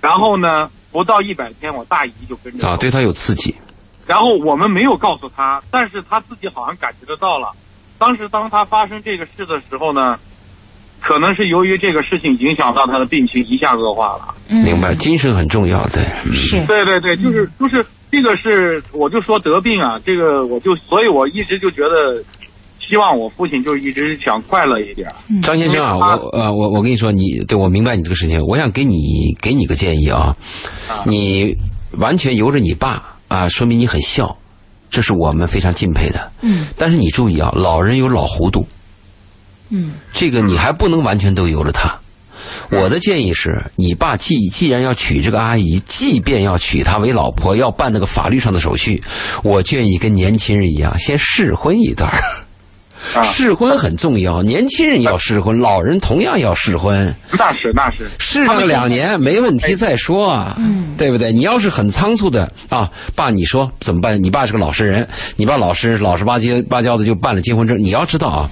[SPEAKER 5] 然后呢，不到一百天，我大姨就跟着
[SPEAKER 3] 啊，
[SPEAKER 5] 走
[SPEAKER 3] 对他有刺激。
[SPEAKER 5] 然后我们没有告诉他，但是他自己好像感觉得到了。当时当他发生这个事的时候呢，可能是由于这个事情影响到他的病情一下恶化了。
[SPEAKER 2] 嗯，
[SPEAKER 3] 明白，精神很重要对，嗯
[SPEAKER 2] 是
[SPEAKER 5] 对对对，就是就是这个是，我就说得病啊，这个我就，所以我一直就觉得，希望我父亲就一直想快乐一点。
[SPEAKER 3] 张先生啊，
[SPEAKER 5] 啊
[SPEAKER 3] 我呃，我我跟你说，你对我明白你这个事情，我想给你给你个建议啊，你完全由着你爸啊，说明你很孝，这是我们非常敬佩的。
[SPEAKER 2] 嗯，
[SPEAKER 3] 但是你注意啊，老人有老糊涂，
[SPEAKER 2] 嗯
[SPEAKER 3] 这个你还不能完全都由着他。我的建议是，你爸既既然要娶这个阿姨，即便要娶她为老婆，要办那个法律上的手续，我建议跟年轻人一样，先试婚一段儿
[SPEAKER 5] 啊
[SPEAKER 3] 试婚很重要，年轻人要试婚，老人同样要试婚。
[SPEAKER 5] 那是那是，
[SPEAKER 3] 试上两年没问
[SPEAKER 2] 哎
[SPEAKER 3] 题再说啊，
[SPEAKER 2] 嗯
[SPEAKER 3] 对不对？你要是很仓促的啊，爸，你说怎么办？你爸是个老实人，你爸老实老实巴结巴交的就办了结婚证。你要知道啊，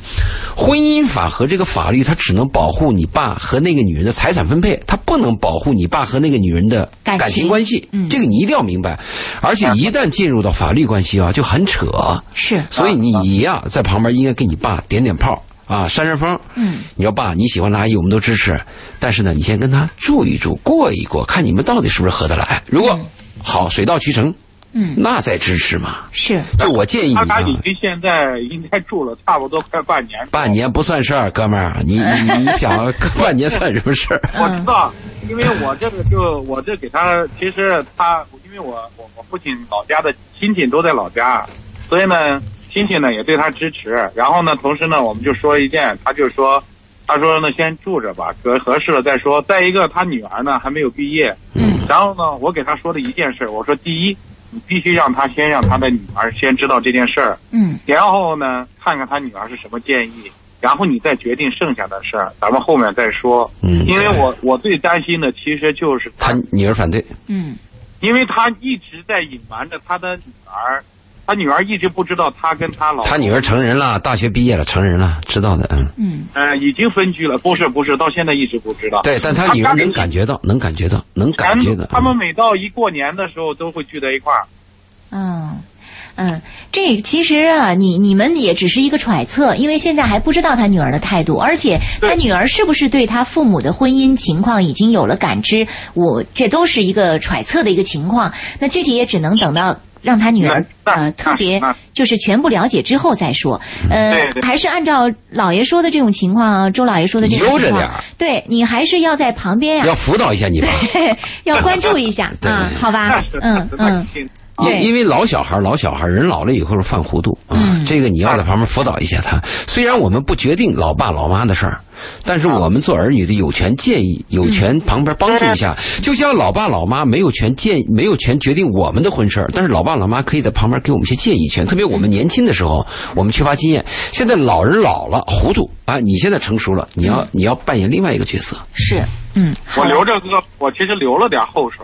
[SPEAKER 3] 婚姻法和这个法律它只能保护你爸和那个女人的财产分配，它不能保护你爸和那个女人的
[SPEAKER 2] 感
[SPEAKER 3] 感
[SPEAKER 2] 情
[SPEAKER 3] 情关系。
[SPEAKER 2] 嗯啊
[SPEAKER 3] 这个你一定要明白，而且一旦进入到法律关系啊，就很扯。
[SPEAKER 2] 是
[SPEAKER 3] 所以你一样在旁边应该给你爸点点炮啊，扇扇风。
[SPEAKER 2] 嗯，
[SPEAKER 3] 你说爸，你喜欢的阿姨我们都支持，但是呢，你先跟他住一住，过一过，看你们到底是不是合得来。如果好，水到渠成，
[SPEAKER 2] 嗯
[SPEAKER 3] 那再支持嘛。
[SPEAKER 2] 是，
[SPEAKER 3] 就我建议你
[SPEAKER 5] 阿达
[SPEAKER 3] 啊，
[SPEAKER 5] 已经现在应该住了差不多快半年了。
[SPEAKER 3] 半年不算事儿，哥们儿，你你
[SPEAKER 2] [laughs]
[SPEAKER 3] 你你想半年算什么事儿？
[SPEAKER 5] 我知道，因为我这个就我这给他，其实他因为我我我父亲老家的亲戚都在老家，所以呢亲戚呢也对他支持。然后呢，同时呢我们就说一件，他就说，他说那先住着吧，合合适了再说。再一个，他女儿呢还没有毕业，
[SPEAKER 3] 嗯，
[SPEAKER 5] 然后呢我给他说的一件事，我说第一，你必须让他先让他的女儿先知道这件事儿，
[SPEAKER 2] 嗯
[SPEAKER 5] 然后呢看看他女儿是什么建议。然后你再决定剩下的事儿，咱们后面再说。
[SPEAKER 3] 嗯，
[SPEAKER 5] 因为我我最担心的其实就是
[SPEAKER 3] 他
[SPEAKER 5] 他，
[SPEAKER 3] 女儿反对，
[SPEAKER 2] 嗯
[SPEAKER 5] 因为他一直在隐瞒着他的女儿，他女儿一直不知道他跟他老
[SPEAKER 3] 他女儿成人了，大学毕业了，成人了，知道的，嗯，
[SPEAKER 2] 嗯，
[SPEAKER 5] 呃已经分居了，不是不是，到现在一直不知道。
[SPEAKER 3] 对，但他女儿
[SPEAKER 5] 他
[SPEAKER 3] 能感觉到，能感觉到，能感觉到。嗯
[SPEAKER 5] 他们每到一过年的时候都会聚在一块儿，
[SPEAKER 2] 嗯。嗯，这其实啊，你你们也只是一个揣测，因为现在还不知道他女儿的态度，而且他女儿是不是对他父母的婚姻情况已经有了感知，我这都是一个揣测的一个情况。那具体也只能等到让他女儿
[SPEAKER 5] 那那
[SPEAKER 2] 呃特别
[SPEAKER 5] 那
[SPEAKER 2] 就是全部了解之后再说。呃
[SPEAKER 5] 对，对
[SPEAKER 2] 还是按照老爷说的这种情况啊，周老爷说的这种
[SPEAKER 3] 悠着
[SPEAKER 2] 情况
[SPEAKER 3] 点儿，
[SPEAKER 2] 对你还是要在旁边呀、
[SPEAKER 3] 要辅导一下你爸，
[SPEAKER 2] 要关注一下
[SPEAKER 3] [laughs] 对
[SPEAKER 2] 啊，好吧
[SPEAKER 5] 那是，
[SPEAKER 2] 嗯
[SPEAKER 5] [laughs] 那
[SPEAKER 2] 嗯
[SPEAKER 5] 肯，定。
[SPEAKER 2] 对
[SPEAKER 3] 因因为老小孩儿老小孩儿人老了以后犯糊涂啊，
[SPEAKER 2] 嗯
[SPEAKER 3] 这个你要在旁边辅导一下他。虽然我们不决定老爸老妈的事儿，但是我们做儿女的有权建议，
[SPEAKER 2] 嗯
[SPEAKER 3] 有权旁边帮助一下。就像老爸老妈没有权建，没有权决定我们的婚事儿，但是老爸老妈可以在旁边给我们一些建议权。特别我们年轻的时候，
[SPEAKER 2] 嗯
[SPEAKER 3] 我们缺乏经验，现在老人老了糊涂啊，你现在成熟了，你要
[SPEAKER 2] 嗯
[SPEAKER 3] 你要扮演另外一个角
[SPEAKER 2] [laughs]
[SPEAKER 3] 色。
[SPEAKER 2] 是，嗯，好
[SPEAKER 5] 我
[SPEAKER 2] 吧
[SPEAKER 5] 留着个，我其实留了点后手。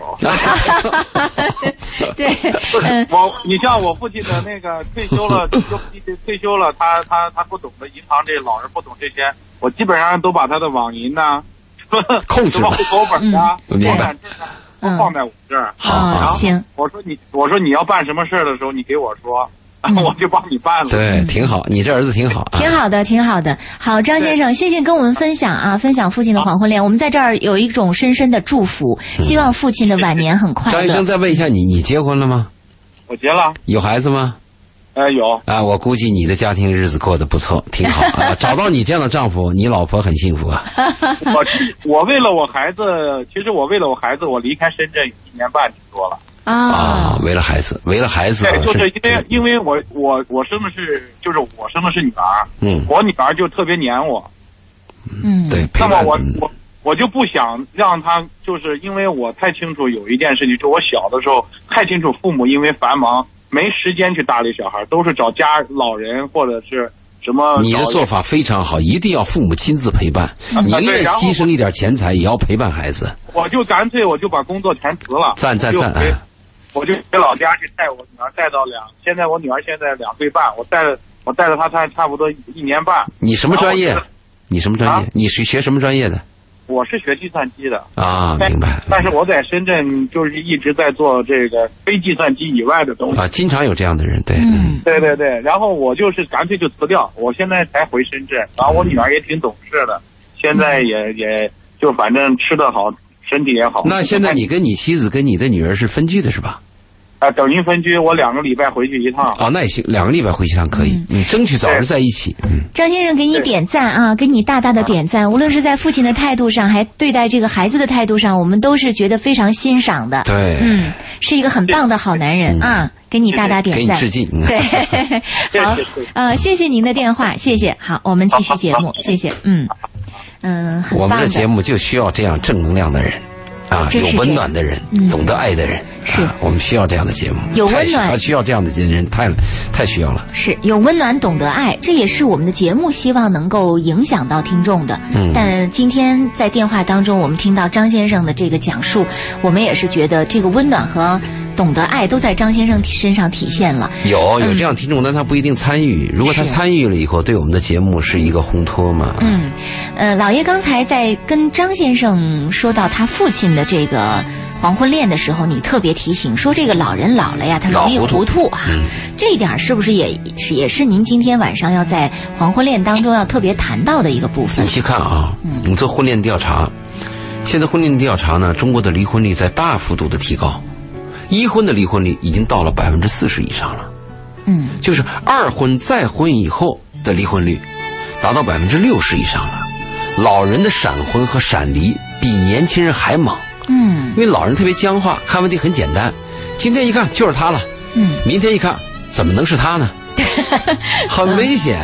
[SPEAKER 2] 对， [laughs] 嗯
[SPEAKER 5] 我，你像我父亲的那个退休了，退
[SPEAKER 2] [laughs]
[SPEAKER 5] 休退休了，他他他不懂的银行这老人不懂这些，我基本上都把他的网银呐、 [laughs]
[SPEAKER 3] 控制
[SPEAKER 5] 什么
[SPEAKER 3] 了
[SPEAKER 5] 户口本啊、
[SPEAKER 3] 嗯
[SPEAKER 5] 房
[SPEAKER 3] 明白
[SPEAKER 5] 产证啊，都
[SPEAKER 2] 嗯
[SPEAKER 5] 放在我这儿。
[SPEAKER 3] 好
[SPEAKER 2] 哦，
[SPEAKER 3] 啊
[SPEAKER 2] 行，
[SPEAKER 5] 我说你，我说你要办什么事儿的时候，你给我说，
[SPEAKER 2] 嗯
[SPEAKER 5] 我就帮你办了。
[SPEAKER 3] 对，挺好，你这儿子挺好啊
[SPEAKER 2] 挺。好的，挺好的。好，张先生，谢谢跟我们分享啊，分享父亲的黄昏恋。我们在这儿有一种深深的祝福，希望父亲的晚年很快
[SPEAKER 3] 嗯张医生，
[SPEAKER 2] 乐。
[SPEAKER 3] 再问一下你，你结婚了吗？
[SPEAKER 5] 我结了，
[SPEAKER 3] 有孩子吗？
[SPEAKER 5] 呃，有，
[SPEAKER 3] 啊，我估计你的家庭日子过得不错，挺好啊。找到你这样的丈夫，你老婆很幸福啊。
[SPEAKER 2] 嗯
[SPEAKER 5] 我我为了我孩子，其实我为了我孩子，我离开深圳一年半多了。
[SPEAKER 3] 啊
[SPEAKER 2] 啊，，
[SPEAKER 3] 为了孩子，为了孩子啊，
[SPEAKER 5] 对，就是因为
[SPEAKER 3] 是
[SPEAKER 5] 因为我我我生的是就是我生的是女儿，
[SPEAKER 3] 嗯，
[SPEAKER 5] 我女儿就特别黏我，
[SPEAKER 2] 嗯，
[SPEAKER 3] 对，陪
[SPEAKER 5] 那么
[SPEAKER 3] 伴
[SPEAKER 5] 我
[SPEAKER 3] 嗯
[SPEAKER 5] 我我就不想让他，就是因为我太清楚有一件事情，就我小的时候太清楚父母因为繁忙没时间去搭理小孩，都是找家老人或者是什么。
[SPEAKER 3] 你的做法非常好，一定要父母亲自陪伴，
[SPEAKER 5] 啊
[SPEAKER 3] 宁愿牺牲一点钱财也要陪伴孩子。
[SPEAKER 5] 我就干脆我就把工作全辞了，
[SPEAKER 3] 赞赞
[SPEAKER 5] 就
[SPEAKER 3] 赞
[SPEAKER 5] 回
[SPEAKER 3] 啊！
[SPEAKER 5] 我就回老家去带我女儿，带到两，现在我女儿现在两岁半，我带着我带着她差差不多一年半，
[SPEAKER 3] 你什么专业
[SPEAKER 5] 然后？
[SPEAKER 3] 你什么专业
[SPEAKER 5] 啊？
[SPEAKER 3] 你是学什么专业的？
[SPEAKER 5] 我是学计算机的。
[SPEAKER 3] 啊，
[SPEAKER 5] 但
[SPEAKER 3] 明白。
[SPEAKER 5] 但是我在深圳就是一直在做这个非计算机以外的东西。
[SPEAKER 3] 啊，经常有这样的人，对，
[SPEAKER 2] 嗯，
[SPEAKER 5] 对对对，然后我就是干脆就辞掉，我现在才回深圳，然后我女儿也挺懂事的，现在也也就反正吃得好，身体也好。
[SPEAKER 3] 那现在你跟你妻子跟你的女儿是分居的是吧？
[SPEAKER 5] 啊、等于分居，我两个礼拜回去一趟。
[SPEAKER 3] 啊，那也行，两个礼拜回去一趟可以，你争取早日在一起。嗯。
[SPEAKER 2] 张先生给你点赞啊，给你大大的点赞。无论是在父亲的态度上，还对待这个孩子的态度上，我们都是觉得非常欣赏的。
[SPEAKER 3] 对，
[SPEAKER 2] 嗯，是一个很棒的好男人啊，给你大大
[SPEAKER 3] 给
[SPEAKER 2] 点
[SPEAKER 3] 你
[SPEAKER 2] 赞。
[SPEAKER 3] 致敬。 [laughs] 嗯
[SPEAKER 2] 对，好
[SPEAKER 5] 谢谢，
[SPEAKER 2] 呃，谢谢您的电话，谢谢。好，我们继续节目，谢谢。嗯，嗯，很
[SPEAKER 3] 我
[SPEAKER 2] 棒
[SPEAKER 3] 们
[SPEAKER 2] 的。
[SPEAKER 3] 这节目就需要这样正能量的人。啊，
[SPEAKER 2] 真
[SPEAKER 3] 有
[SPEAKER 2] 是这样嗯
[SPEAKER 3] 温暖的人，懂得爱的人，
[SPEAKER 2] 是
[SPEAKER 3] 啊我们需要这样的节目，
[SPEAKER 2] 有
[SPEAKER 3] 太
[SPEAKER 2] 温
[SPEAKER 3] 需
[SPEAKER 2] 暖
[SPEAKER 3] 啊需要这样的人，太太需要了。
[SPEAKER 2] 是有温暖，懂得爱，这也是我们的节目希望能够影响到听众的。
[SPEAKER 3] 嗯
[SPEAKER 2] 但今天在电话当中，我们听到张先生的这个讲述，我们也是觉得这个温暖和懂得爱都在张先生身上体现了。
[SPEAKER 3] 有有这样听众，但他不一定参与。如果他
[SPEAKER 2] 嗯是
[SPEAKER 3] 参与了以后，对我们的节目是一个烘托嘛？
[SPEAKER 2] 嗯，呃，老爷刚才在跟张先生说到他父亲的这个黄昏恋的时候，你特别提醒说，这个老人老了呀，他容易
[SPEAKER 3] 老糊涂
[SPEAKER 2] 糊涂啊。
[SPEAKER 3] 嗯
[SPEAKER 2] 这一点儿是不是也是也是您今天晚上要在黄昏恋当中要特别谈到的一个部分
[SPEAKER 3] 你？去看啊，
[SPEAKER 2] 嗯
[SPEAKER 3] 你做婚恋调查，现在婚恋调查呢，中国的离婚率在大幅度的提高，一婚的离婚率已经到了百分之四十以上了，
[SPEAKER 2] 嗯，
[SPEAKER 3] 就是二婚再婚以后的离婚率达到百分之六十以上了。老人的闪婚和闪离比年轻人还猛，
[SPEAKER 2] 嗯
[SPEAKER 3] 因为老人特别僵化，看问题很简单，今天一看就是他了，
[SPEAKER 2] 嗯，
[SPEAKER 3] 明天一看怎么能
[SPEAKER 2] [laughs]
[SPEAKER 3] 是他呢？很危险，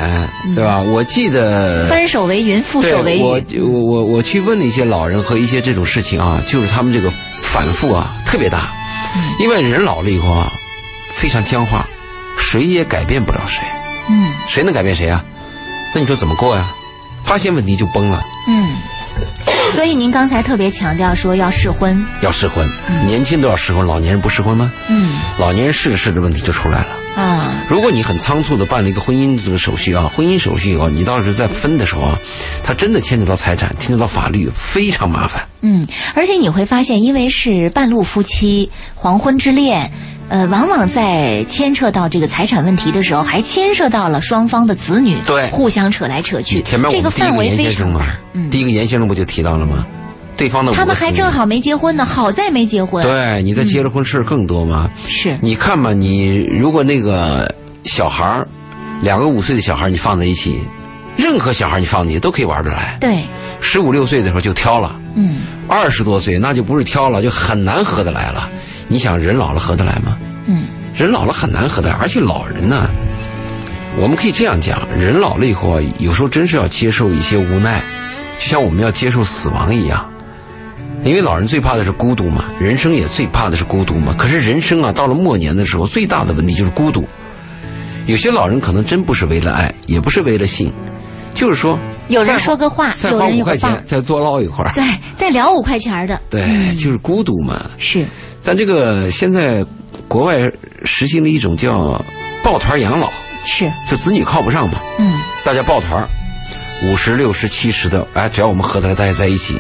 [SPEAKER 2] 嗯
[SPEAKER 3] 对吧？我记得
[SPEAKER 2] 翻手为云，覆
[SPEAKER 3] 对
[SPEAKER 2] 手为
[SPEAKER 3] 我
[SPEAKER 2] 雨。
[SPEAKER 3] 我我我去问了一些老人和一些这种事情啊，就是他们这个反复啊特别大，
[SPEAKER 2] 嗯
[SPEAKER 3] 因为人老了以后啊，非常僵化，谁也改变不了谁，
[SPEAKER 2] 嗯
[SPEAKER 3] 谁能改变谁啊？那你说怎么过呀、发现问题就崩了，
[SPEAKER 2] 嗯。所以您刚才特别强调说要试婚。
[SPEAKER 3] 要试婚，年轻都要试婚，老年人不试婚吗？
[SPEAKER 2] 嗯
[SPEAKER 3] 老年人试着试着问题就出来了。
[SPEAKER 2] 啊
[SPEAKER 3] 如果你很仓促的办了一个婚姻这个手续啊，婚姻手续以后，你到时候再分的时候啊，它真的牵扯到财产，牵扯到法律，非常麻烦。
[SPEAKER 2] 嗯，而且你会发现，因为是半路夫妻、黄昏之恋。呃，往往在牵扯到这个财产问题的时候，还牵涉到了双方的子女，
[SPEAKER 3] 对
[SPEAKER 2] 互相扯来扯去，
[SPEAKER 3] 前面我
[SPEAKER 2] 这
[SPEAKER 3] 们第一
[SPEAKER 2] 范
[SPEAKER 3] 个
[SPEAKER 2] 围
[SPEAKER 3] 严
[SPEAKER 2] 非
[SPEAKER 3] 先生
[SPEAKER 2] 常
[SPEAKER 3] 嘛
[SPEAKER 2] 大。，嗯，
[SPEAKER 3] 第一个严先生不就提到了吗？对方的五个
[SPEAKER 2] 他们还
[SPEAKER 3] 子女
[SPEAKER 2] 正好没结婚呢，嗯好在没结婚，
[SPEAKER 3] 对你再结了婚事儿更多嘛？
[SPEAKER 2] 是，
[SPEAKER 3] 你看嘛，你如果那个小孩儿，两个五岁的小孩儿你放在一起，任何小孩儿你放进去都可以玩得来。
[SPEAKER 2] 对，
[SPEAKER 3] 十五六岁的时候就挑了，
[SPEAKER 2] 嗯
[SPEAKER 3] 二十多岁那就不是挑了，就很难合得来了。你想人老了合得来吗？
[SPEAKER 2] 嗯
[SPEAKER 3] 人老了很难合得来，而且老人呢、我们可以这样讲，人老了以后啊，有时候真是要接受一些无奈，就像我们要接受死亡一样。因为老人最怕的是孤独嘛，人生也最怕的是孤独嘛。可是人生啊，到了末年的时候，最大的问题就是孤独。有些老人可能真不是为了爱，也不是为了性，就是说，
[SPEAKER 2] 有人
[SPEAKER 3] 再花
[SPEAKER 2] 说个话
[SPEAKER 3] 再
[SPEAKER 2] 有
[SPEAKER 3] 花
[SPEAKER 2] 人
[SPEAKER 3] 五
[SPEAKER 2] 有个
[SPEAKER 3] 块
[SPEAKER 2] 伴
[SPEAKER 3] 钱
[SPEAKER 2] 儿，
[SPEAKER 3] 再多捞一会儿，
[SPEAKER 2] 再再聊五块钱儿的，
[SPEAKER 3] 对，就是孤独嘛。
[SPEAKER 2] 是，
[SPEAKER 3] 但这个现在国外实行了一种叫抱团养老，
[SPEAKER 2] 是，
[SPEAKER 3] 就子女靠不上嘛，
[SPEAKER 2] 嗯
[SPEAKER 3] 大家抱团儿，五十、六十、七十的，哎，只要我们合得来，大家在一起。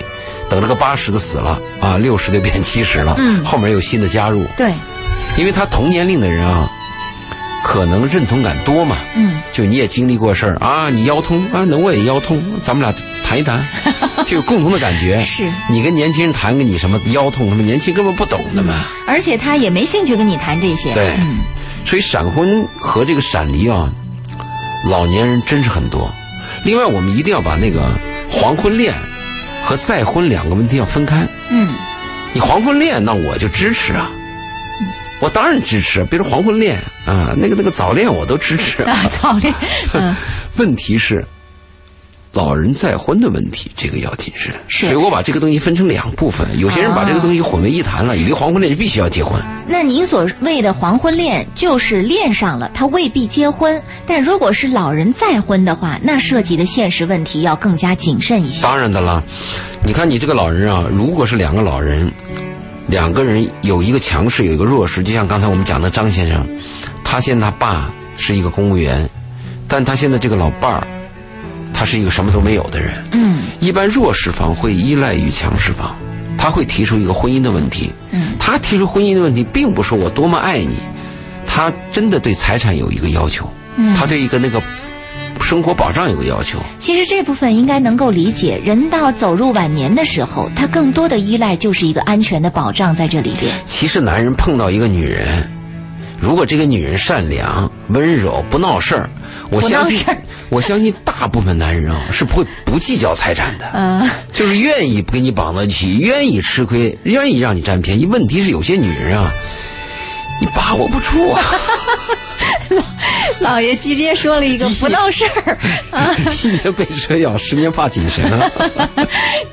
[SPEAKER 3] 等这个八十的死了啊，六十的变七十了，
[SPEAKER 2] 嗯
[SPEAKER 3] 后面有新的加入，，
[SPEAKER 2] 对，
[SPEAKER 3] 因为他同年龄的人啊，可能认同感多嘛，
[SPEAKER 2] 嗯
[SPEAKER 3] 就你也经历过事儿啊，你腰痛啊，那我也腰痛，咱们俩谈一
[SPEAKER 2] [laughs]
[SPEAKER 3] 谈，就有共同的感觉。
[SPEAKER 2] 是，
[SPEAKER 3] 你跟年轻人谈个你什么腰痛什么，年轻根本不懂的嘛。
[SPEAKER 2] 而且他也没兴趣跟你谈这些，
[SPEAKER 3] 对
[SPEAKER 2] 嗯
[SPEAKER 3] 所以闪婚和这个闪离啊，老年人真是很多。另外，我们一定要把那个黄昏恋和再婚两个问题要分开。
[SPEAKER 2] 嗯
[SPEAKER 3] 你黄昏恋，那我就支持啊，我当然支持。比如黄昏恋啊，那个那个早恋我都支持。
[SPEAKER 2] [laughs] 啊，操这，嗯。
[SPEAKER 3] 问题是，老人再婚的问题，这个要谨慎。
[SPEAKER 2] 是
[SPEAKER 3] 所以我把这个东西分成两部分，有些人把这个东西混为一谈了，以为黄昏恋就必须要结婚。
[SPEAKER 2] 那您所谓的黄昏恋，就是恋上了，他未必结婚；但如果是老人再婚的话，那涉及的现实问题要更加谨慎一些。
[SPEAKER 3] 当然的啦，你看你这个老人啊，如果是两个老人，两个人有一个强势，有一个弱势，就像刚才我们讲的张先生，他现在他爸是一个公务员，但他现在这个老伴儿，他是一个什么都没有的人。
[SPEAKER 2] 嗯
[SPEAKER 3] 一般弱势方会依赖于强势方，他会提出一个婚姻的问题。
[SPEAKER 2] 嗯，
[SPEAKER 3] 他提出婚姻的问题，并不是我多么爱你，他真的对财产有一个要求，
[SPEAKER 2] 嗯
[SPEAKER 3] 他对一个那个生活保障有个要求。
[SPEAKER 2] 其实这部分应该能够理解，人到走入晚年的时候，他更多的依赖就是一个安全的保障在这里边。
[SPEAKER 3] 其实男人碰到一个女人，如果这个女人善良、温柔、不闹事儿，我
[SPEAKER 2] 不闹
[SPEAKER 3] 相信
[SPEAKER 2] 事儿，
[SPEAKER 3] [laughs] 我相信大部分男人啊是不会不计较财产的，
[SPEAKER 2] 嗯、
[SPEAKER 3] 就是愿意不跟你绑到一起，愿意吃亏，愿意让你占
[SPEAKER 2] [laughs]
[SPEAKER 3] 便宜。问题是有些女人啊，你把握不住啊，
[SPEAKER 7] 老爷直接说了一个不闹事儿啊，
[SPEAKER 3] 一年被蛇咬，十年怕井绳
[SPEAKER 2] [laughs]
[SPEAKER 3] 啊。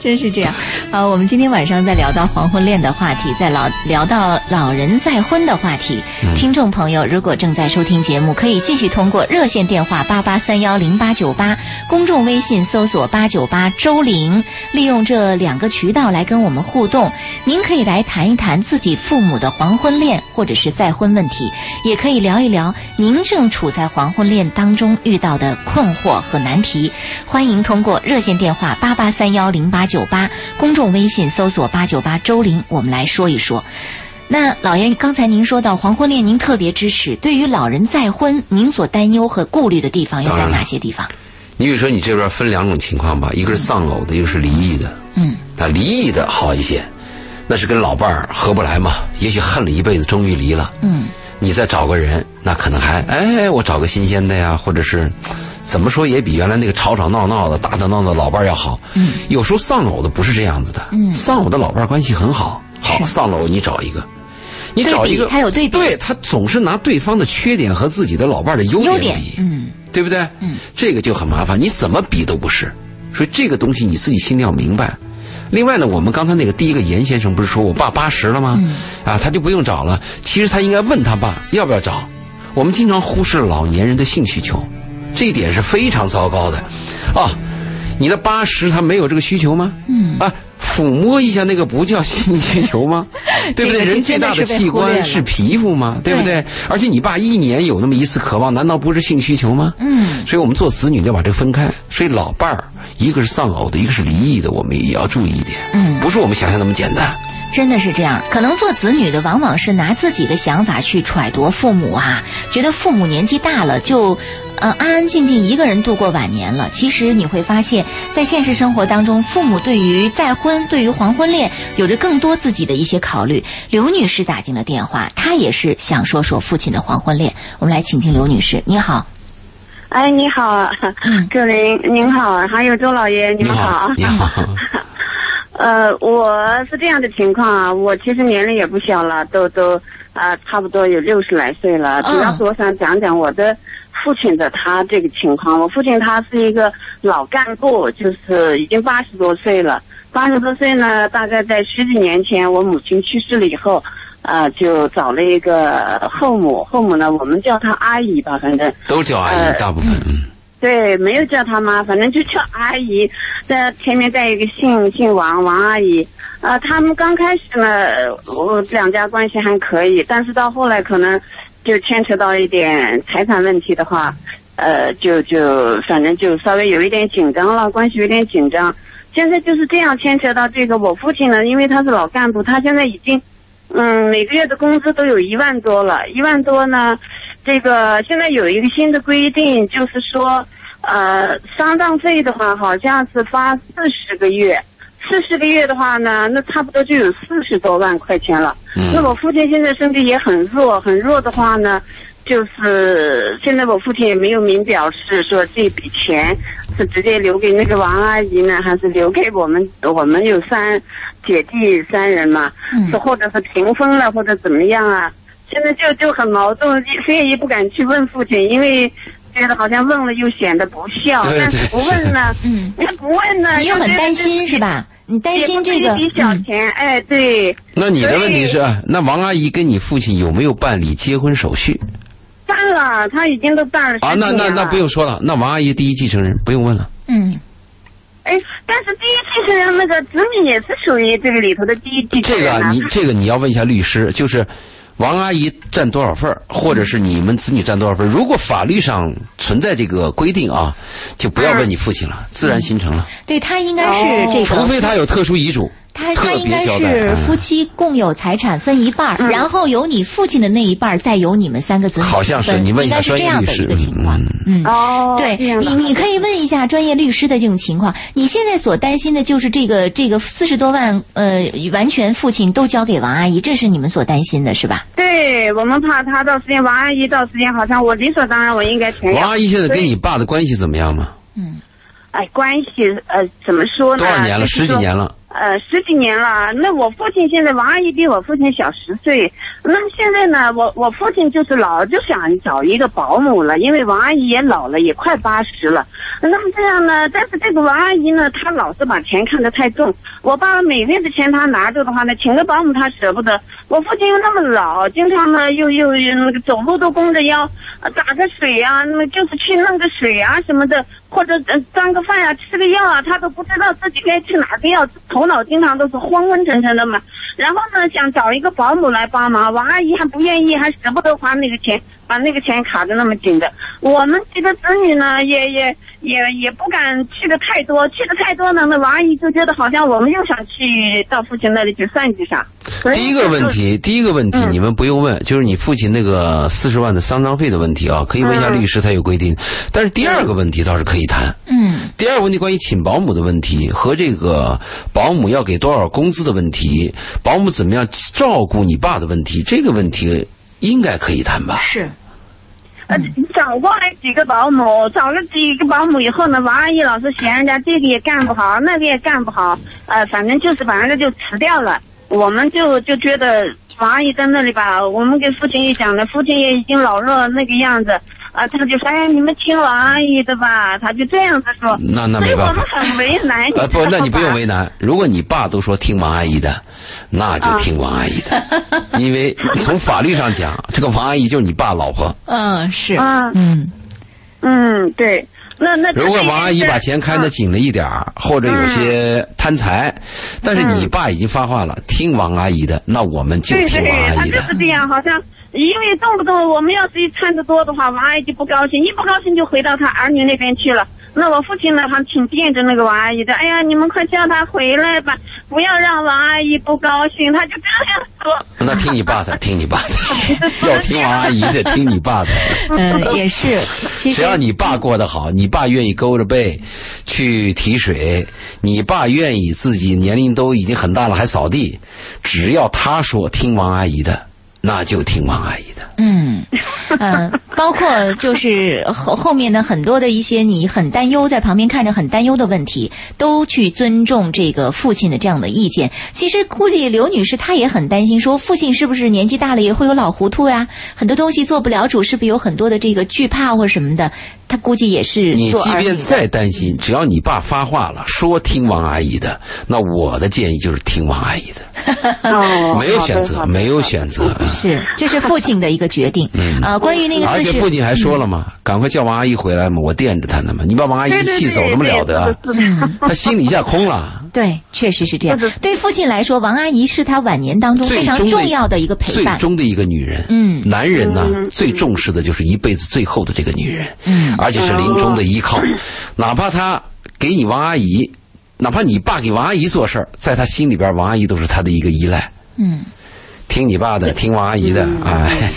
[SPEAKER 2] 真是这样啊！我们今天晚上在聊到黄昏恋的话题，在老聊到老人再婚的话题。听众朋友，如果正在收听节目，可以继续通过热线电话八八三幺零八九八，公众微信搜索八九八周玲，利用这两个渠道来跟我们互动。您可以来谈一谈自己父母的黄昏恋或者是再婚问题，也可以聊一聊您正处在黄昏恋当中遇到的困惑和难题。欢迎通过热线电话八八三幺零八九八，公众微信搜索八九八周玲，我们来说一说。那老爷，刚才您说到黄昏恋，您特别支持。对于老人再婚，您所担忧和顾虑的地方又
[SPEAKER 3] 当
[SPEAKER 2] 在
[SPEAKER 3] 然了
[SPEAKER 2] 哪些地方？
[SPEAKER 3] 你比如说，你这边分两种情况吧，一个是丧偶的，一个是离异的。
[SPEAKER 2] 嗯，
[SPEAKER 3] 那离异的好一些，那是跟老伴儿合不来嘛，也许恨了一辈子，终于离了。
[SPEAKER 2] 嗯，
[SPEAKER 3] 你再找个人，那可能还哎，我找个新鲜的呀，或者是怎么说也比原来那个吵吵闹闹的、打打闹闹的老伴儿要好。嗯，有时候丧偶的不是这样子的，嗯，丧偶的老伴儿关系很好，好丧偶你找一个。你找
[SPEAKER 2] 对
[SPEAKER 3] 一个，
[SPEAKER 2] 比他有对比
[SPEAKER 3] 对他总是拿对方的缺点和自己的老伴儿的优
[SPEAKER 2] 优
[SPEAKER 3] 点
[SPEAKER 2] 点
[SPEAKER 3] 比，，
[SPEAKER 2] 嗯，
[SPEAKER 3] 对不对？嗯，这个就很麻烦，你怎么比都不是。所以这个东西你自己心里要明白。另外呢，我们刚才那个第一个严先生不是说我爸八十了吗？
[SPEAKER 7] 嗯
[SPEAKER 3] 啊，他就不用找了。其实他应该问他爸要不要找。我们经常忽视了老年人的性需求，这一点是非常糟糕的。啊，你的八十他没有这个需求吗？嗯啊，抚摸一下那个不叫性需
[SPEAKER 7] [laughs]
[SPEAKER 3] 求吗？对不对？
[SPEAKER 7] 这个
[SPEAKER 3] 人最
[SPEAKER 7] 真的
[SPEAKER 3] 大
[SPEAKER 7] 是
[SPEAKER 3] 的
[SPEAKER 7] 被
[SPEAKER 3] 器
[SPEAKER 7] 忽略
[SPEAKER 3] 官
[SPEAKER 7] 了
[SPEAKER 3] 是皮肤嘛，对不对？而且你爸一年有那么一次渴望，难道不是性需求吗？
[SPEAKER 2] 嗯，
[SPEAKER 3] 所以我们做子女要把这分开。所以老伴儿，一个是丧偶的，一个是离异的，我们也要注意一点。
[SPEAKER 2] 嗯
[SPEAKER 3] 不是我们想象那么简单。
[SPEAKER 2] 真的是这样，可能做子女的往往是拿自己的想法去揣度父母啊，觉得父母年纪大了就，呃，安安静静一个人度过晚年了。其实你会发现，在现实生活当中，父母对于再婚、对于黄昏恋，有着更多自己的一些考虑。刘女士打进了电话，她也是想说说父亲的黄昏恋。我们来请进刘女士，你好，
[SPEAKER 8] 哎，你好啊，周林，您好，还有周老爷，你
[SPEAKER 3] 你
[SPEAKER 8] 们好。
[SPEAKER 3] 你好， [laughs]
[SPEAKER 8] 呃，我是这样的情况啊，我其实年龄也不小了，都都啊、差不多有六十来岁了。
[SPEAKER 2] 嗯
[SPEAKER 8] 主要是我想讲讲我的父亲的他这个情况。我父亲他是一个老干部，就是已经八十多岁了。八十多岁呢，大概在十几年前，我母亲去世了以后，呃，就找了一个后母，后母呢，我们叫她阿姨吧，反正。
[SPEAKER 3] 都叫阿
[SPEAKER 8] 呃
[SPEAKER 3] 姨，大部分嗯。
[SPEAKER 8] 对，没有叫她妈，反正就叫阿姨。在前面带一个姓姓王，王阿姨。呃，他们刚开始呢，我两家关系还可以，但是到后来可能就牵扯到一点财产问题的话，呃，就就反正就稍微有一点紧张了，关系有点紧张。现在就是这样牵扯到这个，我父亲呢，因为他是老干部，他现在已经。嗯，每个月的工资都有一万多了，一万多呢，这个现在有一个新的规定，就是说，呃，丧葬费的话好像是发四十个月，四十个月的话呢，那差不多就有四十多万块钱了。
[SPEAKER 2] 嗯
[SPEAKER 8] 那我父亲现在身体也很弱，很弱的话呢，就是现在我父亲也没有明表示说这笔钱是直接留给那个王阿姨呢，还是留给我们？我们有三姐弟三人嘛，
[SPEAKER 2] 嗯
[SPEAKER 8] 是或者是平分了，或者怎么样啊？现在就就很矛盾，谁也不敢去问父亲，因为觉得好像问了又显得不孝，
[SPEAKER 3] 对
[SPEAKER 8] 但是
[SPEAKER 3] 对
[SPEAKER 8] 不问呢，
[SPEAKER 2] 嗯，
[SPEAKER 8] [laughs]
[SPEAKER 2] 嗯
[SPEAKER 8] 不问呢，
[SPEAKER 2] 你又很
[SPEAKER 8] 就觉得
[SPEAKER 2] 担
[SPEAKER 8] 这
[SPEAKER 2] 心是吧？你担心这个，
[SPEAKER 8] 也不是一
[SPEAKER 3] 嗯
[SPEAKER 8] 笔小钱，哎，对，
[SPEAKER 3] 那你的问题是，那王阿姨跟你父亲有没有办理结婚手续
[SPEAKER 8] 办了，他已经都办了十
[SPEAKER 3] 啊？
[SPEAKER 8] 几
[SPEAKER 3] 那
[SPEAKER 8] 年了。
[SPEAKER 3] 那那不用说了，那王阿姨第一继承人不用问了。
[SPEAKER 2] 嗯，
[SPEAKER 8] 哎，但是第一继承人那个子女也是属于这个里头的第一继
[SPEAKER 3] [laughs]
[SPEAKER 8] 承
[SPEAKER 3] 这
[SPEAKER 8] 人、
[SPEAKER 3] 个
[SPEAKER 8] 啊。
[SPEAKER 3] 你这个你要问一下律师，就是王阿姨占多少份儿，或者是你们子女占多少份儿。如果法律上存在这个规定啊，就不要问你父亲了，自然形成了。
[SPEAKER 2] 对他应该是这个，
[SPEAKER 3] 除非他有特殊遗嘱，
[SPEAKER 2] 他他
[SPEAKER 3] 特
[SPEAKER 2] 应该
[SPEAKER 3] 别交代。
[SPEAKER 2] 是
[SPEAKER 3] 嗯
[SPEAKER 2] 夫妻共有财产分一半儿、
[SPEAKER 8] 嗯
[SPEAKER 2] 然后由你父亲的那一半儿再由你们三个子女
[SPEAKER 3] 好像是
[SPEAKER 2] 分
[SPEAKER 3] 你问一
[SPEAKER 2] 应
[SPEAKER 3] 下
[SPEAKER 2] 该是
[SPEAKER 3] 专
[SPEAKER 2] 这
[SPEAKER 3] 业
[SPEAKER 2] 样
[SPEAKER 3] 律
[SPEAKER 2] 的
[SPEAKER 3] 师
[SPEAKER 2] 一个情况。
[SPEAKER 3] 嗯
[SPEAKER 2] 嗯，
[SPEAKER 8] 哦，
[SPEAKER 2] 对
[SPEAKER 8] 这样的
[SPEAKER 2] 你你可以问一下专业律师的这种情况。你现在所担心的就是这个这个四十多万呃，完全父亲都交给王阿姨，这是你们所担心的是吧？
[SPEAKER 8] 对我们怕他到时间，王阿姨到时间好像我理所当然我应该全要。
[SPEAKER 3] 王阿姨现在跟
[SPEAKER 8] 所以
[SPEAKER 3] 你爸的关系怎么样嘛？
[SPEAKER 8] 哎关系呃怎么说呢？
[SPEAKER 3] 多少年了？十几年
[SPEAKER 8] 了。
[SPEAKER 3] 了。
[SPEAKER 8] 呃十几年了。那我父亲现在王阿姨比我父亲小十岁，那现在呢，我我父亲就是老就想找一个保姆了，因为王阿姨也老了，也快八十了。那么这样呢，但是这个王阿姨呢，她老是把钱看得太重。我爸每月的钱她拿着的话呢，请个保姆她舍不得。我父亲又那么老，经常呢又又又那个走路都弓着腰，呃打个水啊，那么就是去弄个水啊什么的，或者呃端个饭啊，吃个药啊，他都不知道自己该吃哪个药，头脑经常都是昏昏沉沉的嘛。然后呢，想找一个保姆来帮忙，王阿姨还不愿意，还舍不得花那个钱，把那个钱卡得那么紧的。我们几个子女呢，也也也也不敢去的太多，去的太多呢，那王阿姨就觉得好像我们又想去到父亲那里去算计啥。所以
[SPEAKER 3] 第一个问
[SPEAKER 8] 就
[SPEAKER 3] 题，第一个问题，你们不用问，就是你父亲那个四十万的丧葬费的问题啊，可以问一下律师，他有规定。但是第二个问题倒是可以谈。
[SPEAKER 2] 嗯
[SPEAKER 3] 第二个问题关于请保姆的问题和这个保姆要给多少工资的问题，保姆怎么样照顾你爸的问题，这个问题应该可以谈吧？
[SPEAKER 2] 是
[SPEAKER 8] 呃，
[SPEAKER 3] 嗯
[SPEAKER 8] 找过来几个保姆，找了几个保姆以后呢，王阿姨老是嫌人家这个也干不好，那个也干不好，呃，反正就是把人家就辞掉了。我们就就觉得王阿姨在那里吧，我们给父亲一讲呢，父亲也已经老弱那个样子，啊、他就说，哎，你们听王阿姨的吧，他就这样子说。
[SPEAKER 3] 那那
[SPEAKER 8] 所以
[SPEAKER 3] 没
[SPEAKER 8] 我
[SPEAKER 3] 办
[SPEAKER 8] 们
[SPEAKER 3] 法。
[SPEAKER 8] 很为难。
[SPEAKER 3] 呃，不，那你不用
[SPEAKER 8] 为。
[SPEAKER 3] 为难。如果你爸都说听王阿姨的，那就听王阿姨
[SPEAKER 8] 啊
[SPEAKER 3] 的， [laughs] 因为从法律上讲，这个王阿姨就是你爸老婆。
[SPEAKER 2] 嗯是
[SPEAKER 8] 嗯
[SPEAKER 2] 嗯
[SPEAKER 8] 嗯，对，那那
[SPEAKER 3] 如果王阿姨把钱看得紧了一点儿，
[SPEAKER 8] 嗯
[SPEAKER 3] 或者有些贪财，但是你爸已经发话了，听王阿姨的，那我们就
[SPEAKER 8] 对
[SPEAKER 3] 听
[SPEAKER 8] 对，
[SPEAKER 3] 王
[SPEAKER 8] 他
[SPEAKER 3] 阿姨
[SPEAKER 8] 就
[SPEAKER 3] 的。
[SPEAKER 8] 是这样，好像因为动不动我们要是一穿的多的话，王阿姨就不高兴，一不高兴就回到他儿女那边去了。那我父亲呢，还挺惦着那个王阿姨的。哎呀，你们快叫她回来吧，不要让王阿姨不高兴。他就这样说。
[SPEAKER 3] 那听你爸的，听你爸
[SPEAKER 8] [laughs]
[SPEAKER 3] 的，要听王阿姨的，听你爸的。
[SPEAKER 2] 嗯也是，其
[SPEAKER 3] 只
[SPEAKER 2] 实
[SPEAKER 3] 要你爸过得好，你爸愿意勾着背去提水，你爸愿意自己年龄都已经很大了还扫地，只要他说听王阿姨的，那就听王阿姨的。
[SPEAKER 2] 嗯，嗯，包括就是后后面的很多的一些你很担忧，在旁边看着很担忧的问题，都去尊重这个父亲的这样的意见。其实估计刘女士她也很担心，说父亲是不是年纪大了也会有老糊涂呀、很多东西做不了主，是不是有很多的这个惧怕或什么的？她估计也是
[SPEAKER 3] 你
[SPEAKER 2] 做
[SPEAKER 3] 即
[SPEAKER 2] 儿女
[SPEAKER 3] 便
[SPEAKER 2] 的
[SPEAKER 3] 再担心，只要你爸发话了，说听王阿姨的，那我的建议就是听王阿姨的，
[SPEAKER 8] 哦
[SPEAKER 3] 没有选择，没有选择。
[SPEAKER 8] 嗯
[SPEAKER 2] 是这是父亲的一个决定。呃，关于那个
[SPEAKER 3] 而
[SPEAKER 2] 四
[SPEAKER 3] 且
[SPEAKER 2] 十
[SPEAKER 3] 父亲还说了嘛，赶快叫王阿姨回来嘛，我垫着她呢嘛，你把王阿姨
[SPEAKER 8] 嗯对
[SPEAKER 3] 一
[SPEAKER 8] 对
[SPEAKER 3] 气
[SPEAKER 8] 对，
[SPEAKER 3] 走怎么了得啊？
[SPEAKER 8] 是的是
[SPEAKER 3] [laughs]
[SPEAKER 8] 的
[SPEAKER 3] 她心里一下空了。
[SPEAKER 2] 对，确实是这样
[SPEAKER 8] 就是。
[SPEAKER 2] 对父亲来说，王阿姨是他晚年当中
[SPEAKER 3] 最
[SPEAKER 2] 非常
[SPEAKER 3] 终的
[SPEAKER 2] 重要的一个陪
[SPEAKER 3] 最
[SPEAKER 2] 伴。
[SPEAKER 3] 终的一个女人，
[SPEAKER 2] 嗯
[SPEAKER 3] 男人呢、
[SPEAKER 8] 嗯
[SPEAKER 3] 最重视的就是一辈子最后的这个女人，
[SPEAKER 2] 嗯
[SPEAKER 3] 而且是临终的依靠， [laughs] 哪怕他给你王阿姨，哪怕你爸给王阿姨做事儿，在他心里边，王阿姨都是他的一个依赖，
[SPEAKER 2] 嗯，
[SPEAKER 3] 听你爸的，听王阿姨的，哎，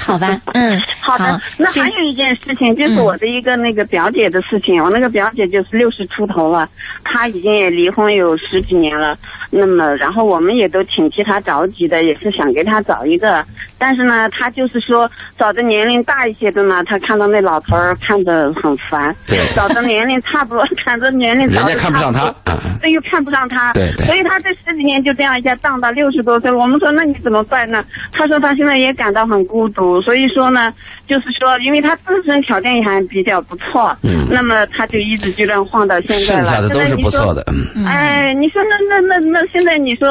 [SPEAKER 2] 好吧，嗯，
[SPEAKER 8] 好的，那还有一件事情，
[SPEAKER 3] 嗯
[SPEAKER 8] 就是我的一个那个表姐的事情。我那个表姐就是六十出头了，她已经也离婚有十几年了。那么，然后我们也都挺替她着急的，也是想给她找一个。但是呢，她就是说找的年龄大一些的呢，她看到那老头儿看着很烦；
[SPEAKER 3] 对，
[SPEAKER 8] 找的年龄差不多， [laughs] 看着年龄
[SPEAKER 3] 人
[SPEAKER 8] 找
[SPEAKER 3] 家
[SPEAKER 8] 的
[SPEAKER 3] 看不上
[SPEAKER 8] 差
[SPEAKER 3] 他
[SPEAKER 8] [laughs] 多，
[SPEAKER 3] 啊，
[SPEAKER 8] 所以又看不上他，
[SPEAKER 3] 对对
[SPEAKER 8] 所以他这十几年就这样一下荡到六十多岁。我们说那你怎么办呢？他说他现在也感到很孤独，所以说呢，就是说因为他自身条件也还比较不错，
[SPEAKER 3] 嗯
[SPEAKER 8] 那么他就一直就这样晃到现在
[SPEAKER 3] 剩
[SPEAKER 8] 了。
[SPEAKER 3] 下的都是不错
[SPEAKER 8] 的。
[SPEAKER 3] 的，嗯，
[SPEAKER 8] 哎，你说那那那那现在你说。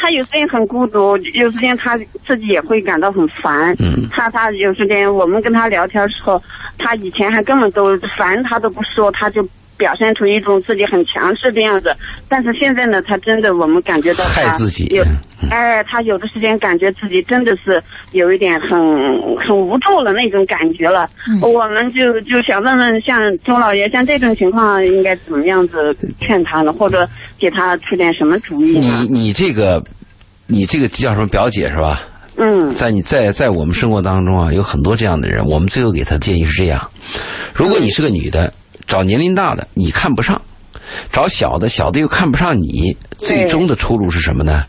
[SPEAKER 8] 他有时间很孤独，有时间他自己也会感到很烦。
[SPEAKER 3] 嗯
[SPEAKER 8] 他他有时间我们跟他聊天的时候，他以前还根本都烦他都不说，他就表现出一种自己很强势的样子。但是现在呢，他真的我们感觉到他
[SPEAKER 3] 害自己
[SPEAKER 8] 有
[SPEAKER 3] 嗯
[SPEAKER 8] 哎，他有的时间感觉自己真的是有一点很很无助了那种感觉了。
[SPEAKER 3] 嗯
[SPEAKER 8] 我们就就想问问，像钟老爷像这种情况应该怎么样子劝他呢，或者给他出点什么主意呢
[SPEAKER 3] 你？你这个，你这个叫什么表姐是吧？
[SPEAKER 8] 嗯
[SPEAKER 3] 在你在在我们生活当中啊，有很多这样的人，我们最后给他的建议是这样：如果你是个女的，找年龄大的你看不上，找小的小的又看不上你，最终的出路是什么呢？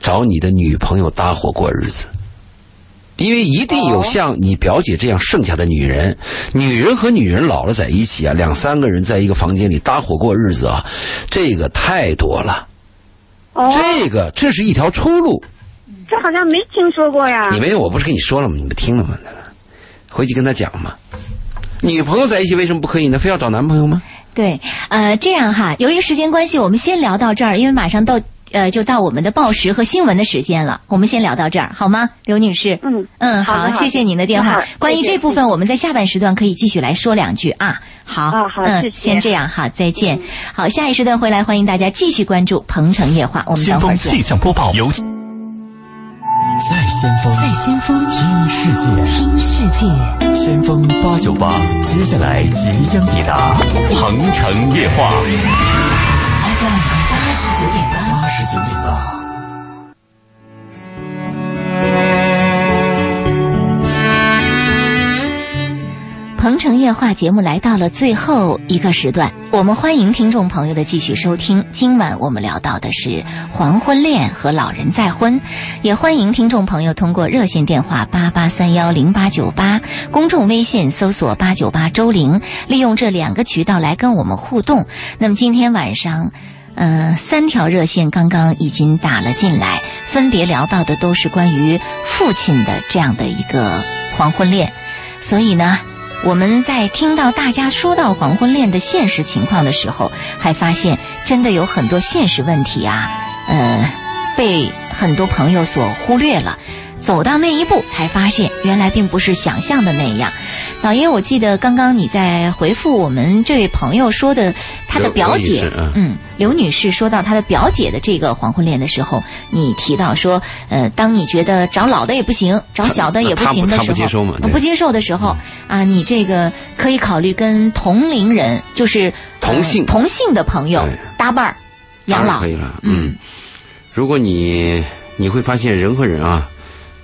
[SPEAKER 3] 找你的女朋友搭伙过日子。因为一定有像你表姐这样剩下的女人，女人和女人老了在一起啊，两三个人在一个房间里搭伙过日子啊，这个太多了。
[SPEAKER 8] 哦，
[SPEAKER 3] 这个这是一条出路。
[SPEAKER 8] 这好像没听说过呀。
[SPEAKER 2] 啊
[SPEAKER 3] 你没有，我不是跟你说了吗？你不听了吗？回去跟他讲嘛。女朋友在一起为什么不可以呢？非要找男朋友吗？
[SPEAKER 2] 对，呃，这样哈，由于时间关系，我们先聊到这儿，因为马上到呃就到我们的报时和新闻的时间了，我们先聊到这儿好吗，刘女士？
[SPEAKER 8] 嗯
[SPEAKER 2] 嗯，
[SPEAKER 8] 好的
[SPEAKER 2] 好，
[SPEAKER 8] 好的
[SPEAKER 2] 谢谢您的电
[SPEAKER 8] 好
[SPEAKER 2] 话
[SPEAKER 8] 谢谢。
[SPEAKER 2] 关于这部分，我们在下半时段可以继续来说两句啊。好，
[SPEAKER 8] 啊好谢
[SPEAKER 2] 嗯，
[SPEAKER 8] 谢嗯
[SPEAKER 2] 先这样哈，再见。好，下一时段回来，欢迎大家继续关注《鹏城夜话》，我们
[SPEAKER 6] 先
[SPEAKER 2] 等会
[SPEAKER 6] 锋
[SPEAKER 2] 儿见
[SPEAKER 6] 气。象播报由
[SPEAKER 9] 在先锋，
[SPEAKER 10] 在先锋
[SPEAKER 9] 听世界，
[SPEAKER 10] 听世界，
[SPEAKER 9] 先锋八九八，接下来即将抵达
[SPEAKER 6] 鹏城夜话。
[SPEAKER 10] 八十九点八。
[SPEAKER 9] 八十九点八。
[SPEAKER 2] 《鹏城夜话》节目来到了最后一个时段，我们欢迎听众朋友的继续收听。今晚我们聊到的是黄昏恋和老人再婚，也欢迎听众朋友通过热线电话八八三幺零八九八，公众微信搜索八九八周玲，利用这两个渠道来跟我们互动。那么今天晚上。呃，三条热线刚刚已经打了进来，分别聊到的都是关于父亲的这样的一个黄昏恋。所以呢，我们在听到大家说到黄昏恋的现实情况的时候，还发现真的有很多现实问题啊，呃，被很多朋友所忽略了。走到那一步，才发现原来并不是想象的那样。老爷，我记得刚刚你在回复我们这位朋友说的，他的
[SPEAKER 3] 刘
[SPEAKER 2] 表姐，
[SPEAKER 3] 刘女士嗯
[SPEAKER 2] 嗯，刘女士说到她的表姐的这个黄昏恋的时候，你提到说，呃，当你觉得找老的也不行，找小的也行的时候，
[SPEAKER 3] 她不她不接受嘛对嗯
[SPEAKER 2] 不接受的时候啊，你这个可以考虑跟同龄人，就是
[SPEAKER 3] 同
[SPEAKER 2] 呃
[SPEAKER 3] 性
[SPEAKER 2] 同性的朋友
[SPEAKER 3] 对
[SPEAKER 2] 搭伴儿养
[SPEAKER 3] 当然
[SPEAKER 2] 老
[SPEAKER 3] 可，以了。嗯，如果你你会发现人和人啊，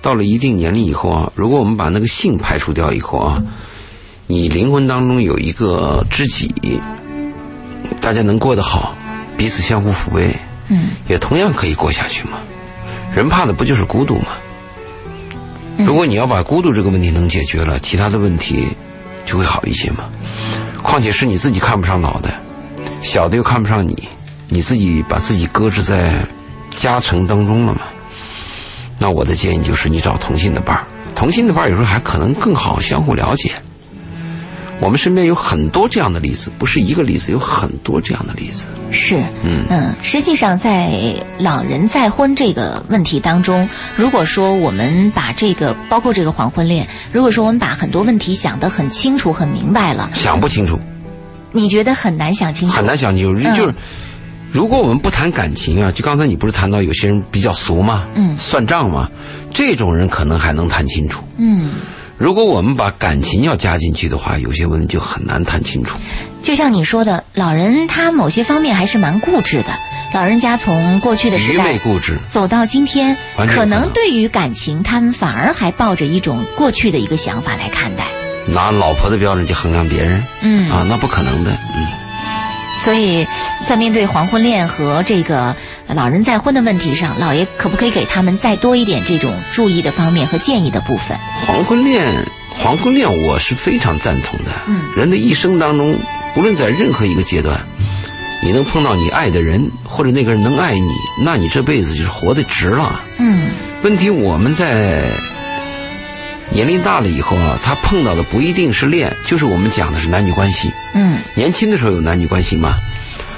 [SPEAKER 3] 到了一定年龄以后啊，如果我们把那个性排除掉以后啊，你灵魂当中有一个知己，大家能过得好，彼此相互抚慰，
[SPEAKER 2] 嗯，
[SPEAKER 3] 也同样可以过下去嘛。人怕的不就是孤独吗？
[SPEAKER 2] 嗯
[SPEAKER 3] 如果你要把孤独这个问题能解决了，其他的问题就会好一些嘛。况且是你自己看不上老的，小的又看不上你，你自己把自己搁置在夹层当中了嘛。那我的建议就是，你找同性的伴儿，同性的伴儿有时候还可能更好相互了解。我们身边有很多这样的例子，不是一个例子，有很多这样的例子。
[SPEAKER 2] 是，
[SPEAKER 3] 嗯
[SPEAKER 2] 实际上在老人再婚这个问题当中，如果说我们把这个包括这个黄昏恋，如果说我们把很多问题想得很清楚、很明白了，
[SPEAKER 3] 想不清楚，
[SPEAKER 2] 你觉得很难想清楚，
[SPEAKER 3] 很难想清楚。
[SPEAKER 2] 嗯
[SPEAKER 3] 就是，如果我们不谈感情啊，就刚才你不是谈到有些人比较俗嘛，
[SPEAKER 2] 嗯
[SPEAKER 3] 算账嘛，这种人可能还能谈清楚。
[SPEAKER 2] 嗯。
[SPEAKER 3] 如果我们把感情要加进去的话，有些问题就很难谈清楚。
[SPEAKER 2] 就像你说的，老人他某些方面还是蛮固执的。老人家从过去的时
[SPEAKER 3] 愚
[SPEAKER 2] 代
[SPEAKER 3] 昧固执，
[SPEAKER 2] 走到今天，
[SPEAKER 3] 完全
[SPEAKER 2] 可
[SPEAKER 3] 有可能
[SPEAKER 2] 能对于感情，他们反而还抱着一种过去的一个想法来看待。
[SPEAKER 3] 拿老婆的标准去衡量别人，
[SPEAKER 2] 嗯
[SPEAKER 3] 啊，那不可能的。嗯，
[SPEAKER 2] 所以在面对黄昏恋和这个呃老人再婚的问题上，老爷可不可以给他们再多一点这种注意的方面和建议的部分？
[SPEAKER 3] 黄昏恋，黄昏恋，我是非常赞同的。
[SPEAKER 2] 嗯
[SPEAKER 3] 人的一生当中，不论在任何一个阶段，你能碰到你爱的人，或者那个人能爱你，那你这辈子就是活得值了。
[SPEAKER 2] 嗯
[SPEAKER 3] 问题我们在年龄大了以后啊，他碰到的不一定是恋，就是我们讲的是男女关系。
[SPEAKER 2] 嗯
[SPEAKER 3] 年轻的时候有男女关系吗？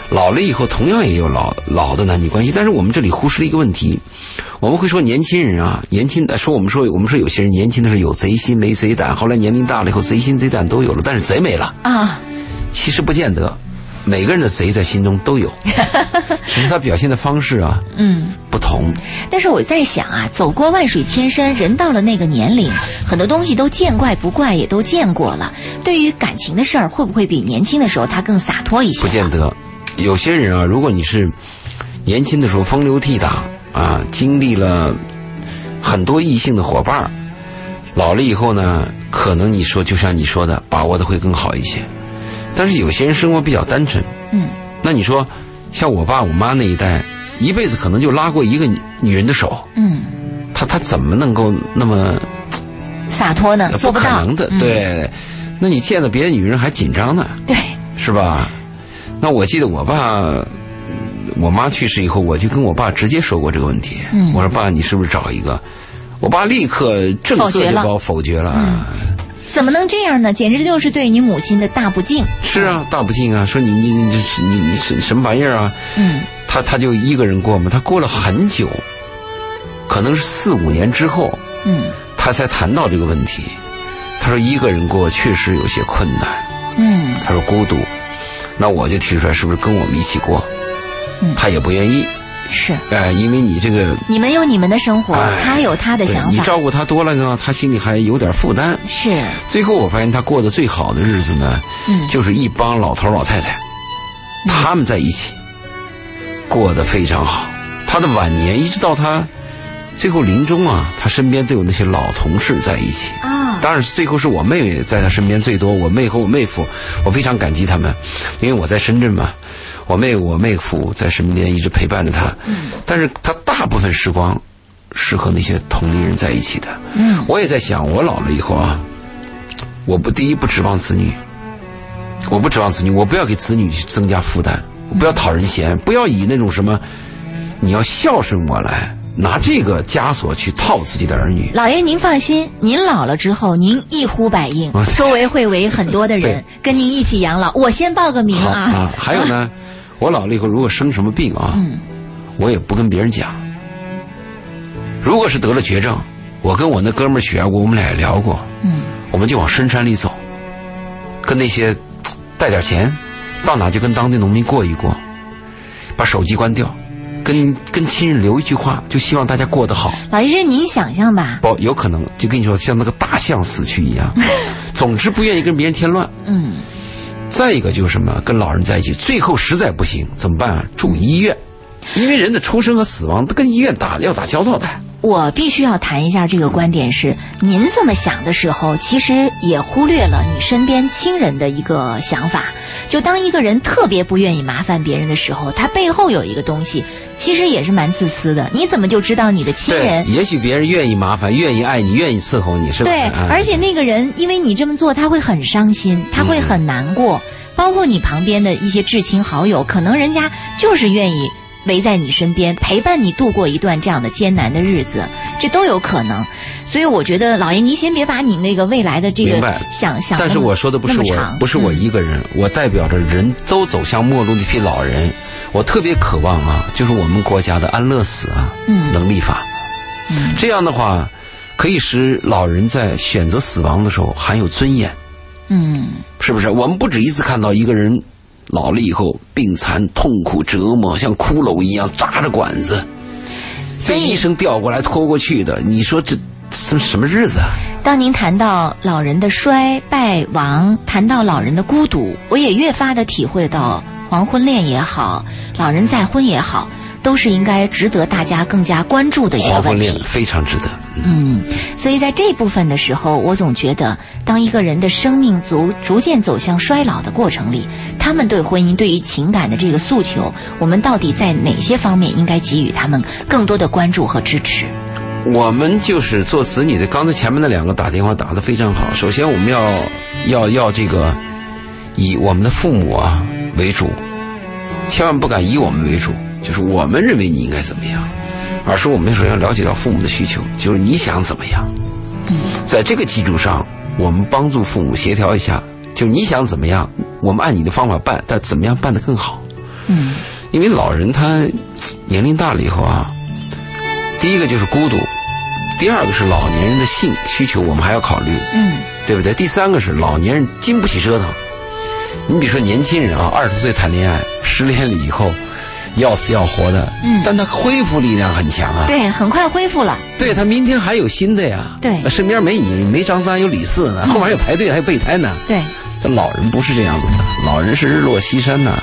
[SPEAKER 3] 老了以后同样也有老老的男女关系，但是我们这里忽视了一个问题，我们会说年轻人啊，年轻的说我们说我们说有些人年轻的时候有贼心没贼胆，后来年龄大了以后贼心贼胆都有了，但是贼没了，
[SPEAKER 2] 啊，
[SPEAKER 3] 其实不见得，每个人的贼在心中都有，只是他表现的方式啊
[SPEAKER 2] 嗯。
[SPEAKER 3] 不同。
[SPEAKER 2] 但是我在想啊，走过万水千山，人到了那个年龄，很多东西都见怪不怪，也都见过了。对于感情的事儿，会不会比年轻的时候他更洒脱一些？
[SPEAKER 3] 不见得。有些人啊，如果你是年轻的时候风流倜傥啊，经历了很多异性的伙伴儿，老了以后呢，可能你说就像你说的，把握的会更好一些。但是有些人生活比较单纯，
[SPEAKER 2] 嗯，
[SPEAKER 3] 那你说像我爸我妈那一代，一辈子可能就拉过一个女女人的手，
[SPEAKER 2] 嗯，
[SPEAKER 3] 他他怎么能够那么呃
[SPEAKER 2] 洒脱呢，做
[SPEAKER 3] 不可
[SPEAKER 2] 到。
[SPEAKER 3] 能的？
[SPEAKER 2] 嗯、
[SPEAKER 3] 对，那你见到别的女人还紧张呢，
[SPEAKER 2] 对，
[SPEAKER 3] 是吧？那我记得我爸我妈去世以后，我就跟我爸直接说过这个问题。
[SPEAKER 2] 嗯
[SPEAKER 3] 我说爸，你是不是找一个？我爸立刻正色就把我否决了。嗯
[SPEAKER 2] 怎么能这样呢？简直就是对你母亲的大不敬。
[SPEAKER 3] 是啊，大不敬啊！说你你你你你什什么玩意儿啊？
[SPEAKER 2] 嗯
[SPEAKER 3] 他他就一个人过嘛，他过了很久，可能是四五年之后，
[SPEAKER 2] 嗯
[SPEAKER 3] 他才谈到这个问题。他说一个人过确实有些困难。
[SPEAKER 2] 嗯
[SPEAKER 3] 他说孤独，那我就提出来，是不是跟我们一起过？
[SPEAKER 2] 嗯
[SPEAKER 3] 他也不愿意，
[SPEAKER 2] 是。
[SPEAKER 3] 哎，因为你这个，
[SPEAKER 2] 你们有你们的生活，
[SPEAKER 3] 哎
[SPEAKER 2] 他有他的
[SPEAKER 3] 对
[SPEAKER 2] 想
[SPEAKER 3] 你
[SPEAKER 2] 法。
[SPEAKER 3] 照顾他多了呢，他心里还有点负担。
[SPEAKER 2] 是，
[SPEAKER 3] 最后我发现他过得最好的日子呢，
[SPEAKER 2] 嗯
[SPEAKER 3] 就是一帮老头老太太，他们在一起，过得非常好。他的晚年一直到他最后临终啊，他身边都有那些老同事在一起。
[SPEAKER 2] 啊，
[SPEAKER 3] 当然，最后是我妹妹在他身边最多，我妹和我妹夫，我非常感激他们，因为我在深圳嘛，我妹我妹夫在身边一直陪伴着他，但是他大部分时光是和那些同龄人在一起的。
[SPEAKER 2] 嗯
[SPEAKER 3] 我也在想，我老了以后啊，我不第一不指望子女，我不指望子女，我不要给子女去增加负担，我不要讨人嫌，不要以那种什么你要孝顺我来拿这个枷锁去套自己的儿女。
[SPEAKER 2] 老爷您放心，您老了之后，您一呼百应，周围会围很多的人
[SPEAKER 3] [laughs] 对
[SPEAKER 2] 跟您一起养老。我先报个名
[SPEAKER 3] 好
[SPEAKER 2] 啊，
[SPEAKER 3] 啊，还有呢，我老了以后如果生什么病啊，我也不跟别人讲。如果是得了绝症，我跟我那哥们儿许爱国，我们俩也聊过，
[SPEAKER 2] 嗯，
[SPEAKER 3] 我们就往深山里走，跟那些带点钱，到哪就跟当地农民过一过，把手机关掉，跟跟亲人留一句话，就希望大家过得好。
[SPEAKER 2] 老爷这您想象吧，
[SPEAKER 3] 不，有可能就跟你说像那个大象死去一样，总之不愿意跟别人添乱。
[SPEAKER 2] 嗯
[SPEAKER 3] 再一个就是什么，跟老人在一起，最后实在不行怎么办啊？住医院，因为人的出生和死亡都跟医院打要打交道的。
[SPEAKER 2] 我必须要谈一下这个观点是，您这么想的时候，其实也忽略了你身边亲人的一个想法。就当一个人特别不愿意麻烦别人的时候，他背后有一个东西，其实也是蛮自私的。你怎么就知道你的亲人？
[SPEAKER 3] 也许别人愿意麻烦，愿意爱你，愿意伺候你，是吧？
[SPEAKER 2] 对，
[SPEAKER 3] 啊
[SPEAKER 2] 而且那个人因为你这么做，他会很伤
[SPEAKER 3] 嗯
[SPEAKER 2] 心，他会很难过。包括你旁边的一些至亲好友，可能人家就是愿意围在你身边，陪伴你度过一段这样的艰难的日子，这都有可能。所以我觉得，老爷，您先别把你那个未来的这个
[SPEAKER 3] 明白
[SPEAKER 2] 想想那么，
[SPEAKER 3] 但是我说的不是
[SPEAKER 2] 那么
[SPEAKER 3] 我
[SPEAKER 2] 长，
[SPEAKER 3] 不是我
[SPEAKER 2] 嗯
[SPEAKER 3] 一个人，我代表着人都走向末路那批老人，我特别渴望啊，就是我们国家的安乐死啊，
[SPEAKER 2] 嗯
[SPEAKER 3] 能立法，
[SPEAKER 2] 嗯
[SPEAKER 3] 这样的话，可以使老人在选择死亡的时候含有尊严。
[SPEAKER 2] 嗯
[SPEAKER 3] 是不是？我们不止一次看到一个人老了以后病残、痛苦、折磨，像骷髅一样扎着管子，
[SPEAKER 2] 所
[SPEAKER 3] 被
[SPEAKER 2] 以
[SPEAKER 3] 医生调过来拖过去的。你说这这什么日子啊？
[SPEAKER 2] 当您谈到老人的衰败亡，谈到老人的孤独，我也越发的体会到，黄昏恋也好，老人再婚也好，都是应该值得大家更加关注的一个
[SPEAKER 3] 黄昏
[SPEAKER 2] 问
[SPEAKER 3] 恋
[SPEAKER 2] 题。
[SPEAKER 3] 非常值得。
[SPEAKER 2] 嗯，所以在这部分的时候，我总觉得，当一个人的生命逐逐渐走向衰老的过程里，他们对婚姻、对于情感的这个诉求，我们到底在哪些方面应该给予他们更多的关注和支持？
[SPEAKER 3] 我们就是做子女的，刚才前面那两个打电话打得非常好。首先，我们要要要这个以我们的父母啊为主，千万不敢以我们为主，就是我们认为你应该怎么样，而是我们首先要了解到父母的需求，就是你想怎么样。在这个基础上，我们帮助父母协调一下，就你想怎么样，我们按你的方法办，但怎么样办得更好？
[SPEAKER 2] 嗯
[SPEAKER 3] 因为老人他嘖年龄大了以后啊，第一个就是孤独，第二个是老年人的性需求，我们还要考虑，
[SPEAKER 2] 嗯
[SPEAKER 3] 对不对？第三个是老年人经不起折腾。你比如说年轻人啊，二十岁谈恋爱，失恋了以后，要死要活的，
[SPEAKER 2] 嗯
[SPEAKER 3] 但他恢复力量很强啊。
[SPEAKER 2] 对，很快恢复了。
[SPEAKER 3] 对他明天还有新的呀，
[SPEAKER 2] 对嗯
[SPEAKER 3] 身边没你，没张三，有李四呢，后面还有排队，还有备胎呢。
[SPEAKER 2] 对，
[SPEAKER 3] 这老人不是这样子的，老人是日落西山呐、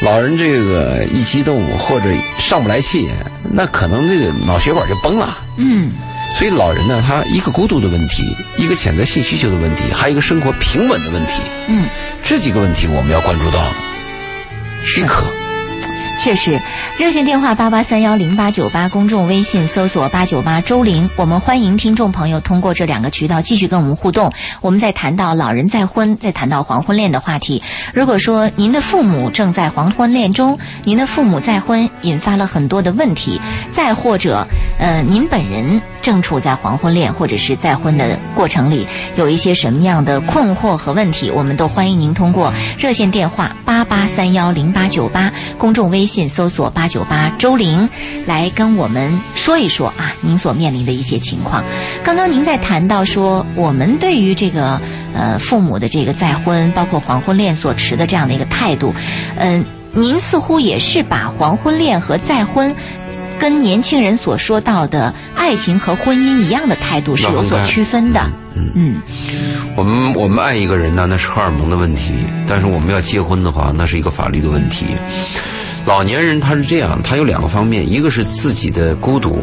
[SPEAKER 3] 老人这个一激动或者上不来气，那可能这个脑血管就崩了。
[SPEAKER 2] 嗯。
[SPEAKER 3] 所以老人呢，他一个孤独的问题，一个潜在性需求的问题，还有一个生活平稳的问题，
[SPEAKER 2] 嗯，
[SPEAKER 3] 这几个问题我们要关注到。许可，
[SPEAKER 2] 确实，热线电话八八三幺零八九八，公众微信搜索八九八周玲，我们欢迎听众朋友通过这两个渠道继续跟我们互动。我们在谈到老人再婚，再谈到黄昏恋的话题。如果说您的父母正在黄昏恋中，您的父母再婚引发了很多的问题，再或者呃，您本人正处在黄昏恋或者是再婚的过程里，有一些什么样的困惑和问题，我们都欢迎您通过热线电话八八三幺零八九八，公众微信搜索八九八周玲，来跟我们说一说啊，您所面临的一些情况。刚刚您在谈到说，我们对于这个呃父母的这个再婚，包括黄昏恋所持的这样的一个态度，嗯、您似乎也是把黄昏恋和再婚。跟年轻人所说到的爱情和婚姻一样的态度是有所区分的，嗯，
[SPEAKER 3] 我们我们爱一个人呢，那是荷尔蒙的问题；但是我们要结婚的话，那是一个法律的问题。老年人他是这样，他有两个方面，一个是自己的孤独，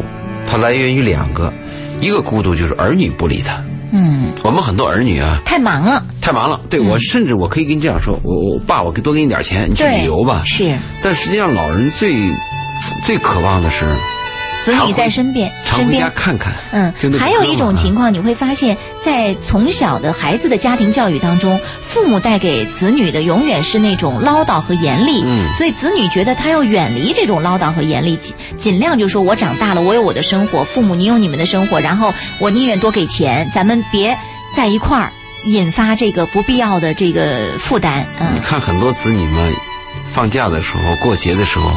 [SPEAKER 3] 它来源于两个，一个孤独就是儿女不理他。
[SPEAKER 2] 嗯，
[SPEAKER 3] 我们很多儿女啊，
[SPEAKER 2] 太忙了，
[SPEAKER 3] 太忙了。对我，
[SPEAKER 2] 嗯
[SPEAKER 3] 甚至我可以跟你这样说，我我爸，我给多给你点钱，你去
[SPEAKER 2] 对，
[SPEAKER 3] 旅游吧。
[SPEAKER 2] 是
[SPEAKER 3] 但实际上，老人最最渴望的是
[SPEAKER 2] 子
[SPEAKER 3] 常
[SPEAKER 2] 女
[SPEAKER 3] 回
[SPEAKER 2] 在身边，
[SPEAKER 3] 常
[SPEAKER 2] 身
[SPEAKER 3] 回家
[SPEAKER 2] 边。
[SPEAKER 3] 看看。
[SPEAKER 2] 嗯
[SPEAKER 3] 就那，
[SPEAKER 2] 还有
[SPEAKER 3] 哥们儿
[SPEAKER 2] 一种
[SPEAKER 3] 啊
[SPEAKER 2] 情况，你会发现在从小的孩子的家庭教育当中，父母带给子女的永远是那种唠叨和严厉，
[SPEAKER 3] 嗯
[SPEAKER 2] 所以子女觉得他要远离这种唠叨和严厉，尽尽量就说我长大了，我有我的生活，父母你有你们的生活，然后我宁愿多给钱，咱们别在一块儿引发这个不必要的这个负担，嗯
[SPEAKER 3] 你，看很多子女们，放假的时候、过节的时候，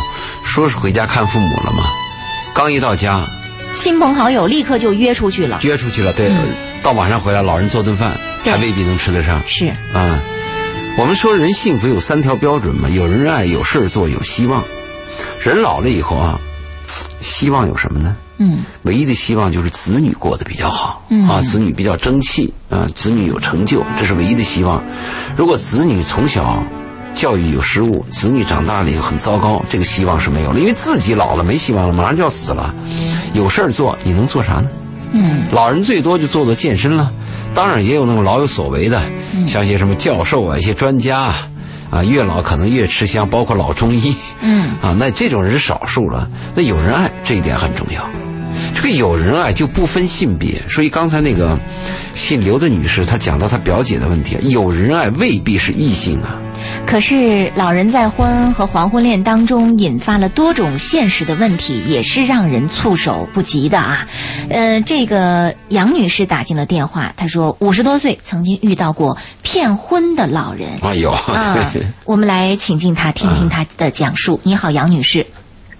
[SPEAKER 3] 说是回家看父母了嘛，刚一到家
[SPEAKER 2] 亲朋好友立刻就约出去了，
[SPEAKER 3] 约出去了，对，
[SPEAKER 2] 嗯
[SPEAKER 3] 到晚上回来，老人做顿饭
[SPEAKER 2] 对
[SPEAKER 3] 还未必能吃得上
[SPEAKER 2] 是，
[SPEAKER 3] 啊。我们说人幸福有三条标准嘛，有人爱，有事儿做，有希望。人老了以后啊，希望有什么呢？
[SPEAKER 2] 嗯
[SPEAKER 3] 唯一的希望就是子女过得比较好，
[SPEAKER 2] 嗯
[SPEAKER 3] 啊，子女比较争气，啊，子女有成就，这是唯一的希望。如果子女从小教育有失误，子女长大了以后很糟糕，这个希望是没有了，因为自己老了没希望了，马上就要死了，有事儿做，你能做啥呢？
[SPEAKER 2] 嗯，
[SPEAKER 3] 老人最多就做做健身了，当然也有那种老有所为的，
[SPEAKER 2] 嗯
[SPEAKER 3] 像一些什么教授啊、一些专家啊，啊，越老可能越吃香，包括老中医，
[SPEAKER 2] 嗯，
[SPEAKER 3] 啊，那这种人是少数了。那有人爱这一点很重要，这个有人爱就不分性别，所以刚才那个姓刘的女士她讲到她表姐的问题，啊有人爱未必是异性啊，
[SPEAKER 2] 可是，老人再婚和黄昏恋当中引发了多种现实的问题，也是让人措手不及的啊。呃，这个杨女士打进了电话，她说五十多岁曾经遇到过骗婚的老人。
[SPEAKER 3] 啊有，
[SPEAKER 2] 啊
[SPEAKER 3] 对，
[SPEAKER 2] 我们来请进她，听听她的讲述。你好，杨女士。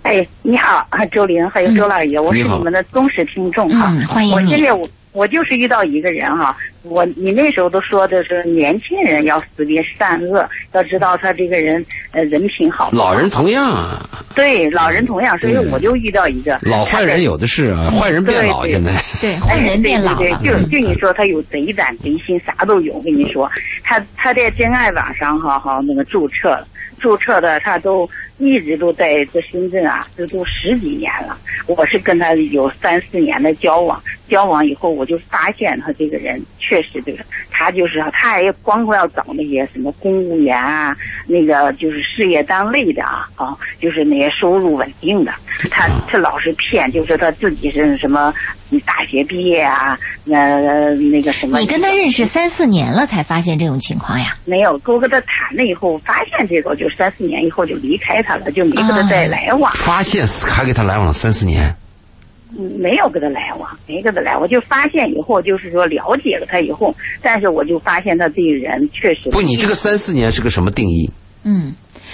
[SPEAKER 8] 哎，你好啊，周玲，还有周老爷，我
[SPEAKER 3] 你
[SPEAKER 8] 是
[SPEAKER 3] 好
[SPEAKER 8] 你们的忠实听众哈、
[SPEAKER 2] 嗯，欢
[SPEAKER 8] 我
[SPEAKER 2] 迎
[SPEAKER 8] 现
[SPEAKER 2] 你。
[SPEAKER 8] 在我我就是遇到一个人哈、我你那时候都说的是年轻人要识别善恶，要知道他这个人呃人品好不
[SPEAKER 3] [laughs]
[SPEAKER 8] 好。
[SPEAKER 3] 老人同样啊，
[SPEAKER 8] 对老人同样，所以
[SPEAKER 2] 嗯
[SPEAKER 3] 对
[SPEAKER 8] 我就遇到一个
[SPEAKER 3] 老坏人有的是啊，坏人变
[SPEAKER 8] 对
[SPEAKER 3] 老
[SPEAKER 8] 对
[SPEAKER 3] 现在。
[SPEAKER 2] 对，坏人变老
[SPEAKER 8] 哎
[SPEAKER 2] 了。
[SPEAKER 8] 对对对，就就你说他有贼胆贼心，啥都有。我跟你说，他他在真爱网上哈哈那个注册了，注册的他都一直都在这深圳啊，这都十几年了。我是跟他有三四年的交往，交往以后我就发现他这个人确实这个，他就是啊他也光顾要找那些什么公务员啊，那个就是事业单位的啊啊，就是那些收入稳定的，他他老是骗，就说他自己是什么嗯大学毕业啊，呃那个什么。
[SPEAKER 2] 你跟他认识三四年了，才发现这种情况呀？
[SPEAKER 8] 没有，我跟他谈了以后，发现这个就三四年以后就离开他了，就没跟他再来往，
[SPEAKER 3] 发现还给他来往了三四年，
[SPEAKER 8] 嗯没有跟他来往，没跟他来往。就发现以后，就是说了解了他以后，但是我就发现他这个人确实
[SPEAKER 3] 不，你这个三四年是个什么定义？
[SPEAKER 2] 嗯，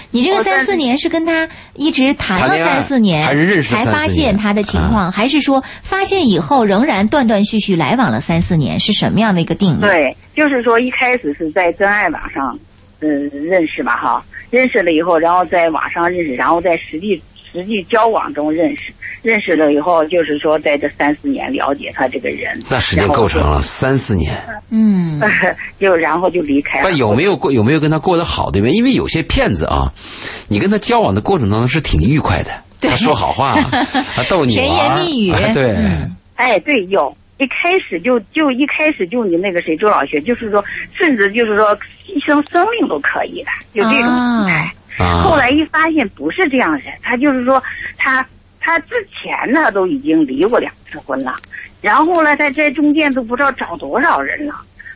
[SPEAKER 2] 你这个
[SPEAKER 8] 我
[SPEAKER 2] 三
[SPEAKER 8] 三
[SPEAKER 2] 四年是跟他一直谈了
[SPEAKER 3] 哦谈恋爱
[SPEAKER 2] 三四年，
[SPEAKER 3] 还是认识了
[SPEAKER 2] 才
[SPEAKER 3] 三四
[SPEAKER 2] 发
[SPEAKER 3] 年啊
[SPEAKER 2] 现他的情况，还是说发现以后仍然断断续续来往了三四年，是什么样的一个
[SPEAKER 3] 嗯
[SPEAKER 2] 定义？，
[SPEAKER 8] 对，就是说一开始是在真爱网上，嗯，认识吧哈，认识了以后，然后在网上认识，然后在实际实际交往中认识，认识了以后，就是说在这三四年了解他这个人，
[SPEAKER 3] 那时间够长了，三四年。
[SPEAKER 2] 嗯
[SPEAKER 8] 然后 [laughs] 就，就然后就离
[SPEAKER 2] 哎
[SPEAKER 8] 开了
[SPEAKER 3] 但。有没有过有没有跟他过得好的？因为有些骗子啊，你跟他交往的过程当中是挺愉快的，他说好话啊，
[SPEAKER 2] [laughs]
[SPEAKER 3] 啊逗你
[SPEAKER 2] 甜
[SPEAKER 3] 玩
[SPEAKER 2] 言
[SPEAKER 3] 儿
[SPEAKER 2] 蜜语
[SPEAKER 3] 啊对，
[SPEAKER 2] 嗯
[SPEAKER 8] 哎，对，有。一开始就就一开始就你那个谁周老学，就是说，甚至就是说牺牲生命都可以的，就这种
[SPEAKER 2] 啊
[SPEAKER 8] 心态。
[SPEAKER 3] 啊
[SPEAKER 8] 后来一发现不是这样人，他就是说他他之前呢都已经离过两次婚了，然后呢在这中间都不知道找多少人了，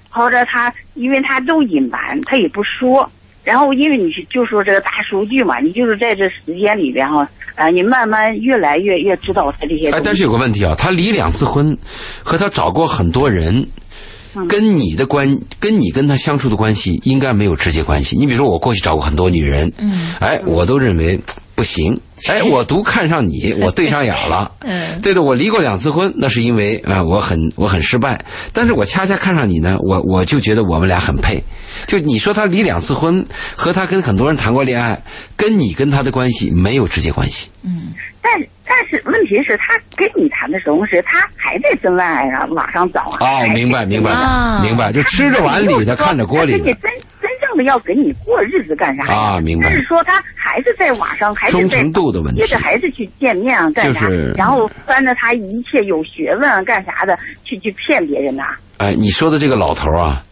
[SPEAKER 8] 后来他因为他都隐瞒，他也不说。然后，因为你是就说这个大数据嘛，你就是在这时间里边哈，啊，你慢慢越来越越知道他这些东西。
[SPEAKER 3] 哎，但是有个问题啊，他离两次婚，和他找过很多人，
[SPEAKER 2] 嗯
[SPEAKER 3] 跟你的关，跟你跟他相处的关系应该没有直接关系。你比如说，我过去找过很多女人，
[SPEAKER 11] 嗯
[SPEAKER 3] 哎，我都认为不行，
[SPEAKER 2] [laughs]
[SPEAKER 3] 哎，我独看上你，我对上眼了。
[SPEAKER 11] 嗯
[SPEAKER 3] 对的，我离过两次婚，那是因为啊、我很我很失败。但是我恰恰看上你呢，我我就觉得我们俩很配。就你说他离两次婚，和他跟很多人谈过恋爱，跟你跟他的关系没有直接关系。
[SPEAKER 11] 嗯
[SPEAKER 8] 但是但是问题是，他跟你谈的同时，他还在真爱上往上找啊。
[SPEAKER 3] 哦，明白明白
[SPEAKER 11] 啊
[SPEAKER 3] 明白，就吃着碗里 [laughs] 的，看着锅里
[SPEAKER 8] 他跟你
[SPEAKER 3] 的，
[SPEAKER 8] 真真正的要跟你过日子干啥呀？
[SPEAKER 3] 啊明白
[SPEAKER 8] 就是说他还是在网上，还是在
[SPEAKER 3] 忠诚度的问题
[SPEAKER 8] 接着还是去见面啊，干
[SPEAKER 3] 就
[SPEAKER 8] 啥？
[SPEAKER 3] 是
[SPEAKER 8] 然后翻着他一切有学问啊，干啥的，去去骗别人呐、
[SPEAKER 3] 哎，你说的这个老头啊，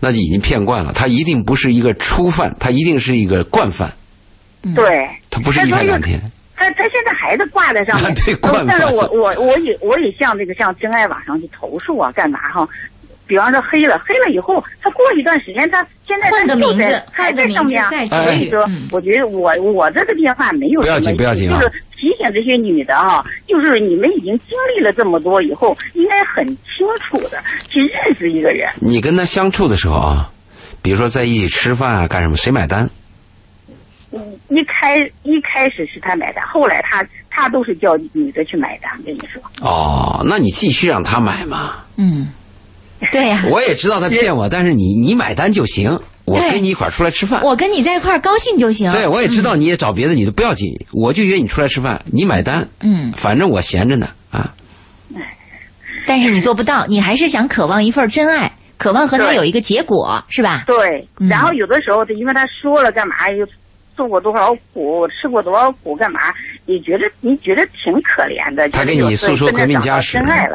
[SPEAKER 3] 那就已经骗惯了，他一定不是一个初犯，他一定是一个惯犯，
[SPEAKER 11] 嗯
[SPEAKER 8] 对，
[SPEAKER 3] 他不是一天两天。
[SPEAKER 8] 他他现在还在挂在
[SPEAKER 3] [laughs]
[SPEAKER 8] 上面，
[SPEAKER 3] 对惯犯
[SPEAKER 8] 但是我我我也我也向这个向真爱网上去投诉啊，干嘛哈？比方说黑了，黑了以后，他过一段时间，他现在
[SPEAKER 11] 换个
[SPEAKER 8] 他就
[SPEAKER 11] 名字
[SPEAKER 8] 在他还
[SPEAKER 11] 换个
[SPEAKER 8] 在上面啊
[SPEAKER 11] 名字，再
[SPEAKER 8] 所
[SPEAKER 3] 继
[SPEAKER 8] 以
[SPEAKER 11] 续
[SPEAKER 8] 说
[SPEAKER 11] 嗯，
[SPEAKER 8] 我觉得我我这个电话没有
[SPEAKER 3] 哎不要
[SPEAKER 8] 什么
[SPEAKER 3] 紧不要紧啊
[SPEAKER 8] 就是提醒这些女的啊，就是你们已经经历了这么多以后，应该很清楚的去认识一个人。
[SPEAKER 3] 你跟他相处的时候啊，比如说在一起吃饭啊，干什么，谁买单？
[SPEAKER 8] 嗯一开一开始是他买单，后来他他都是叫女的去买单，跟你说。
[SPEAKER 3] 哦，那你继续让他买嘛。
[SPEAKER 11] 嗯，对呀、
[SPEAKER 3] 我也知道他骗我，但是你你买单就行，我
[SPEAKER 11] 对
[SPEAKER 3] 跟你一块儿出来吃饭。
[SPEAKER 11] 我跟你在一块儿高兴就行。
[SPEAKER 3] 对，我也知道你也找别的女的，不要紧，我就约你出来吃饭，你买单，
[SPEAKER 11] 嗯，
[SPEAKER 3] 反正我闲着呢啊。
[SPEAKER 2] 但是你做不到，你还是想渴望一份真爱，渴望和他
[SPEAKER 8] 对
[SPEAKER 2] 有一个结果，是吧？
[SPEAKER 8] 对，
[SPEAKER 11] 嗯
[SPEAKER 8] 然后有的时候他因为他说了干嘛，又受过多少苦，吃过多少苦，干嘛？你觉得你觉得挺可怜的。
[SPEAKER 3] 他
[SPEAKER 8] 就是
[SPEAKER 3] 给你
[SPEAKER 8] 有时
[SPEAKER 3] 诉
[SPEAKER 8] 候
[SPEAKER 3] 说
[SPEAKER 8] 真的
[SPEAKER 3] 革命
[SPEAKER 8] 找
[SPEAKER 3] 家
[SPEAKER 8] 到
[SPEAKER 3] 史
[SPEAKER 8] 真
[SPEAKER 3] [laughs]
[SPEAKER 8] 爱了，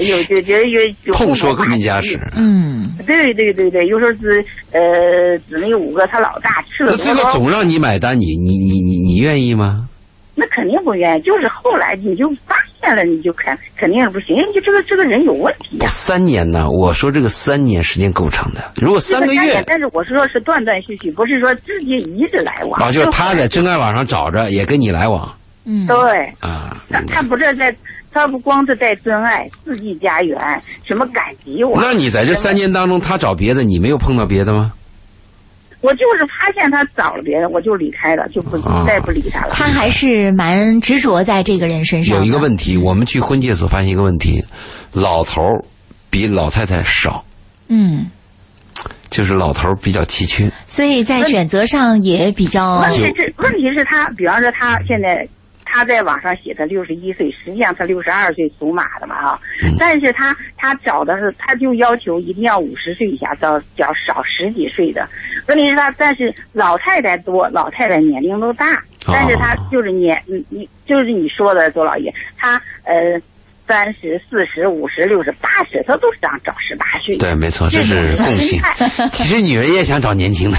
[SPEAKER 8] 有就觉得有有
[SPEAKER 3] 痛说革命家史。，
[SPEAKER 2] 嗯，
[SPEAKER 8] 对对对对，有时候是呃姊妹五个，他老大吃了
[SPEAKER 3] 那
[SPEAKER 8] 多
[SPEAKER 3] 最后
[SPEAKER 8] 少，
[SPEAKER 3] 总让你买单，你你你你你愿意吗？
[SPEAKER 8] 那肯定不愿意。就是后来你就发现了，你就肯肯定是不行，就这个这个人有问题
[SPEAKER 3] 不，
[SPEAKER 8] 呀、
[SPEAKER 3] 三年呢？我说这个三年时间够长的，如果三个
[SPEAKER 8] 这
[SPEAKER 3] 月
[SPEAKER 8] 家也，但是我是说是断断续续，不是说直接一直来往。
[SPEAKER 3] 啊，就是他在真爱网上找着，也跟你来往
[SPEAKER 11] 嗯，
[SPEAKER 8] 对。
[SPEAKER 3] 啊。
[SPEAKER 8] 他他不是在，他不光是在真爱、世纪家园、什么感激我，
[SPEAKER 3] 那你在这三年当中，他找别的，你没有碰到别的吗？
[SPEAKER 8] 我就是发现他找了别人，我就离开了，就不、
[SPEAKER 3] 啊
[SPEAKER 8] 再不理他了。
[SPEAKER 2] 他还是蛮执着在这个人身上。
[SPEAKER 3] 有一个，问题，我们去婚介所发现一个问题，老头儿比老太太少，
[SPEAKER 2] 嗯，
[SPEAKER 3] 就是老头儿比较稀缺。
[SPEAKER 2] 所以在选择上也比较
[SPEAKER 8] 问，题是，问题是他，比方说他现在他在网上写他六十一岁，实际上他六十二岁属马的嘛哈、但是他他找的是，他就要求一定要五十岁以下，到要少十几岁的。问题是他，但是老太太多，老太太年龄都大，但是他就是年，你你就是你说的周老爷，他呃三十四十五十六十八十，他都想找十八岁。
[SPEAKER 3] 对，没错，这是共性。其实女人也想找年轻的，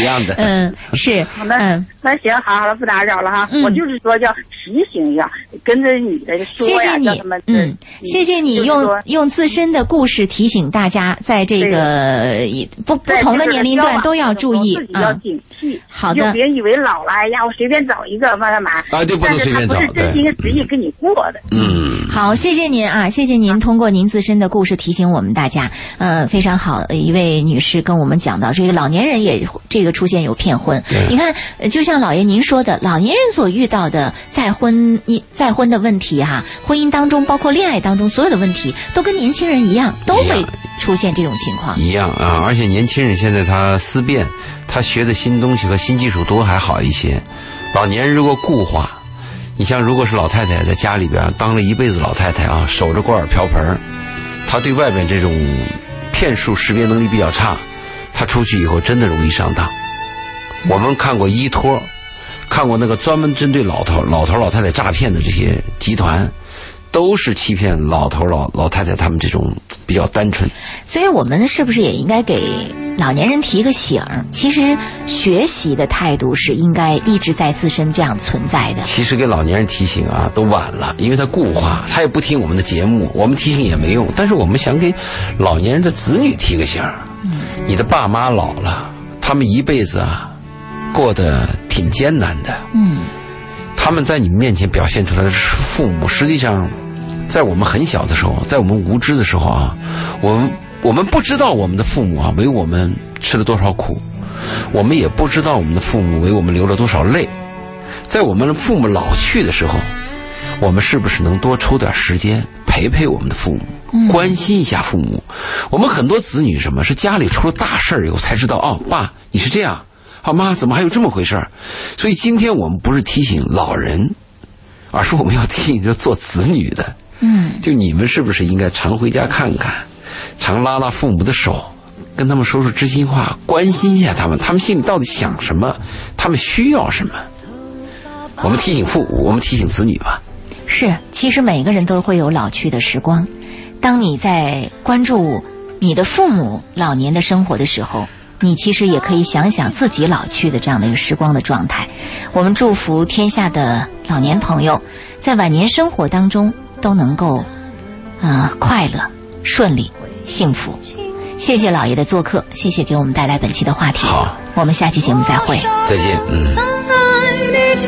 [SPEAKER 3] 一样的。
[SPEAKER 8] [laughs]
[SPEAKER 2] 嗯，是，
[SPEAKER 8] 好的
[SPEAKER 2] 嗯，
[SPEAKER 8] 那行，好了，不打扰了哈。
[SPEAKER 2] 嗯
[SPEAKER 8] 我就是说要提醒一下，跟着你的说
[SPEAKER 2] 谢
[SPEAKER 8] 呀，
[SPEAKER 2] 谢
[SPEAKER 8] 叫
[SPEAKER 2] 你
[SPEAKER 8] 他们，
[SPEAKER 2] 嗯，谢谢你用
[SPEAKER 8] 就是说
[SPEAKER 2] 用自身的故事提醒大家，在这个也不不
[SPEAKER 8] 在
[SPEAKER 2] 同的
[SPEAKER 8] 这个
[SPEAKER 2] 年龄段
[SPEAKER 8] 交往
[SPEAKER 2] 都要
[SPEAKER 8] 的时候
[SPEAKER 2] 注意
[SPEAKER 8] 自己要
[SPEAKER 2] 啊。
[SPEAKER 8] 警惕。
[SPEAKER 2] 好
[SPEAKER 8] 你就
[SPEAKER 2] 的
[SPEAKER 8] 别以为老了，哎呀，我随便找一个干干嘛。
[SPEAKER 3] 啊对不能
[SPEAKER 8] 但是
[SPEAKER 3] 随便
[SPEAKER 8] 他
[SPEAKER 3] 找
[SPEAKER 8] 不是
[SPEAKER 3] 对
[SPEAKER 8] 真心实意跟你过的。
[SPEAKER 3] 嗯，
[SPEAKER 2] 好，谢谢您啊，谢谢您通过您自身的故事提醒我们大家。呃，非常好，呃一位女士跟我们讲到，这个老年人也这个出现有骗婚。你看，呃就像老爷您说的，老年人所遇到的再婚、一再婚的问题哈、婚姻当中包括恋爱当中所有的问题，都跟年轻人一样，都
[SPEAKER 3] 一
[SPEAKER 2] 会
[SPEAKER 3] 样
[SPEAKER 2] 出现这种情况。
[SPEAKER 3] 一样啊。而且年轻人现在他思辨，他学的新东西和新技术多还好一些。老年人如果固化，你像如果是老太太在家里边当了一辈子老太太啊，守着锅碗瓢盆儿，她对外边这种骗术识别能力比较差，她出去以后真的容易上当。我们看过依托，看过那个专门针对老头、老头、老太太诈骗的这些集团，都是欺骗老头、老老太太他们这种比较单纯。
[SPEAKER 2] 所以我们是不是也应该给老年人提个醒儿，其实学习的态度是应该一直在自身这样存在的。
[SPEAKER 3] 其实给老年人提醒啊，都晚了，因为他固化，他也不听我们的节目，我们提醒也没用。但是我们想给老年人的子女提个醒儿，你的爸妈老了，他们一辈子啊，过得挺艰难的。
[SPEAKER 2] 嗯，
[SPEAKER 3] 他们在你们面前表现出来的是父母，实际上，在我们很小的时候，在我们无知的时候啊，我们我们不知道我们的父母啊为我们吃了多少苦，我们也不知道我们的父母为我们流了多少泪。在我们父母老去的时候，我们是不是能多抽点时间陪陪我们的父母，关心一下父母？我们很多子女什么是家里出了大事儿以后才知道，哦，爸你是这样，啊妈怎么还有这么回事儿？所以今天我们不是提醒老人，而是我们要提醒着做子女的，
[SPEAKER 2] 嗯，
[SPEAKER 3] 就你们是不是应该常回家看看，常拉拉父母的手，跟他们说说知心话，关心一下他们，他们心里到底想什么，他们需要什么？我们提醒父母，我们提醒子女吧。
[SPEAKER 2] 是，其实每个人都会有老去的时光。当你在关注你的父母老年的生活的时候，你其实也可以想想自己老去的这样的一个时光的状态。我们祝福天下的老年朋友，在晚年生活当中都能够，呃，快乐、顺利、幸福。谢谢老爷的做客，谢谢给我们带来本期的话题。
[SPEAKER 3] 好，
[SPEAKER 2] 我们下期节目再会。
[SPEAKER 3] 再见，嗯。
[SPEAKER 12] 爱你。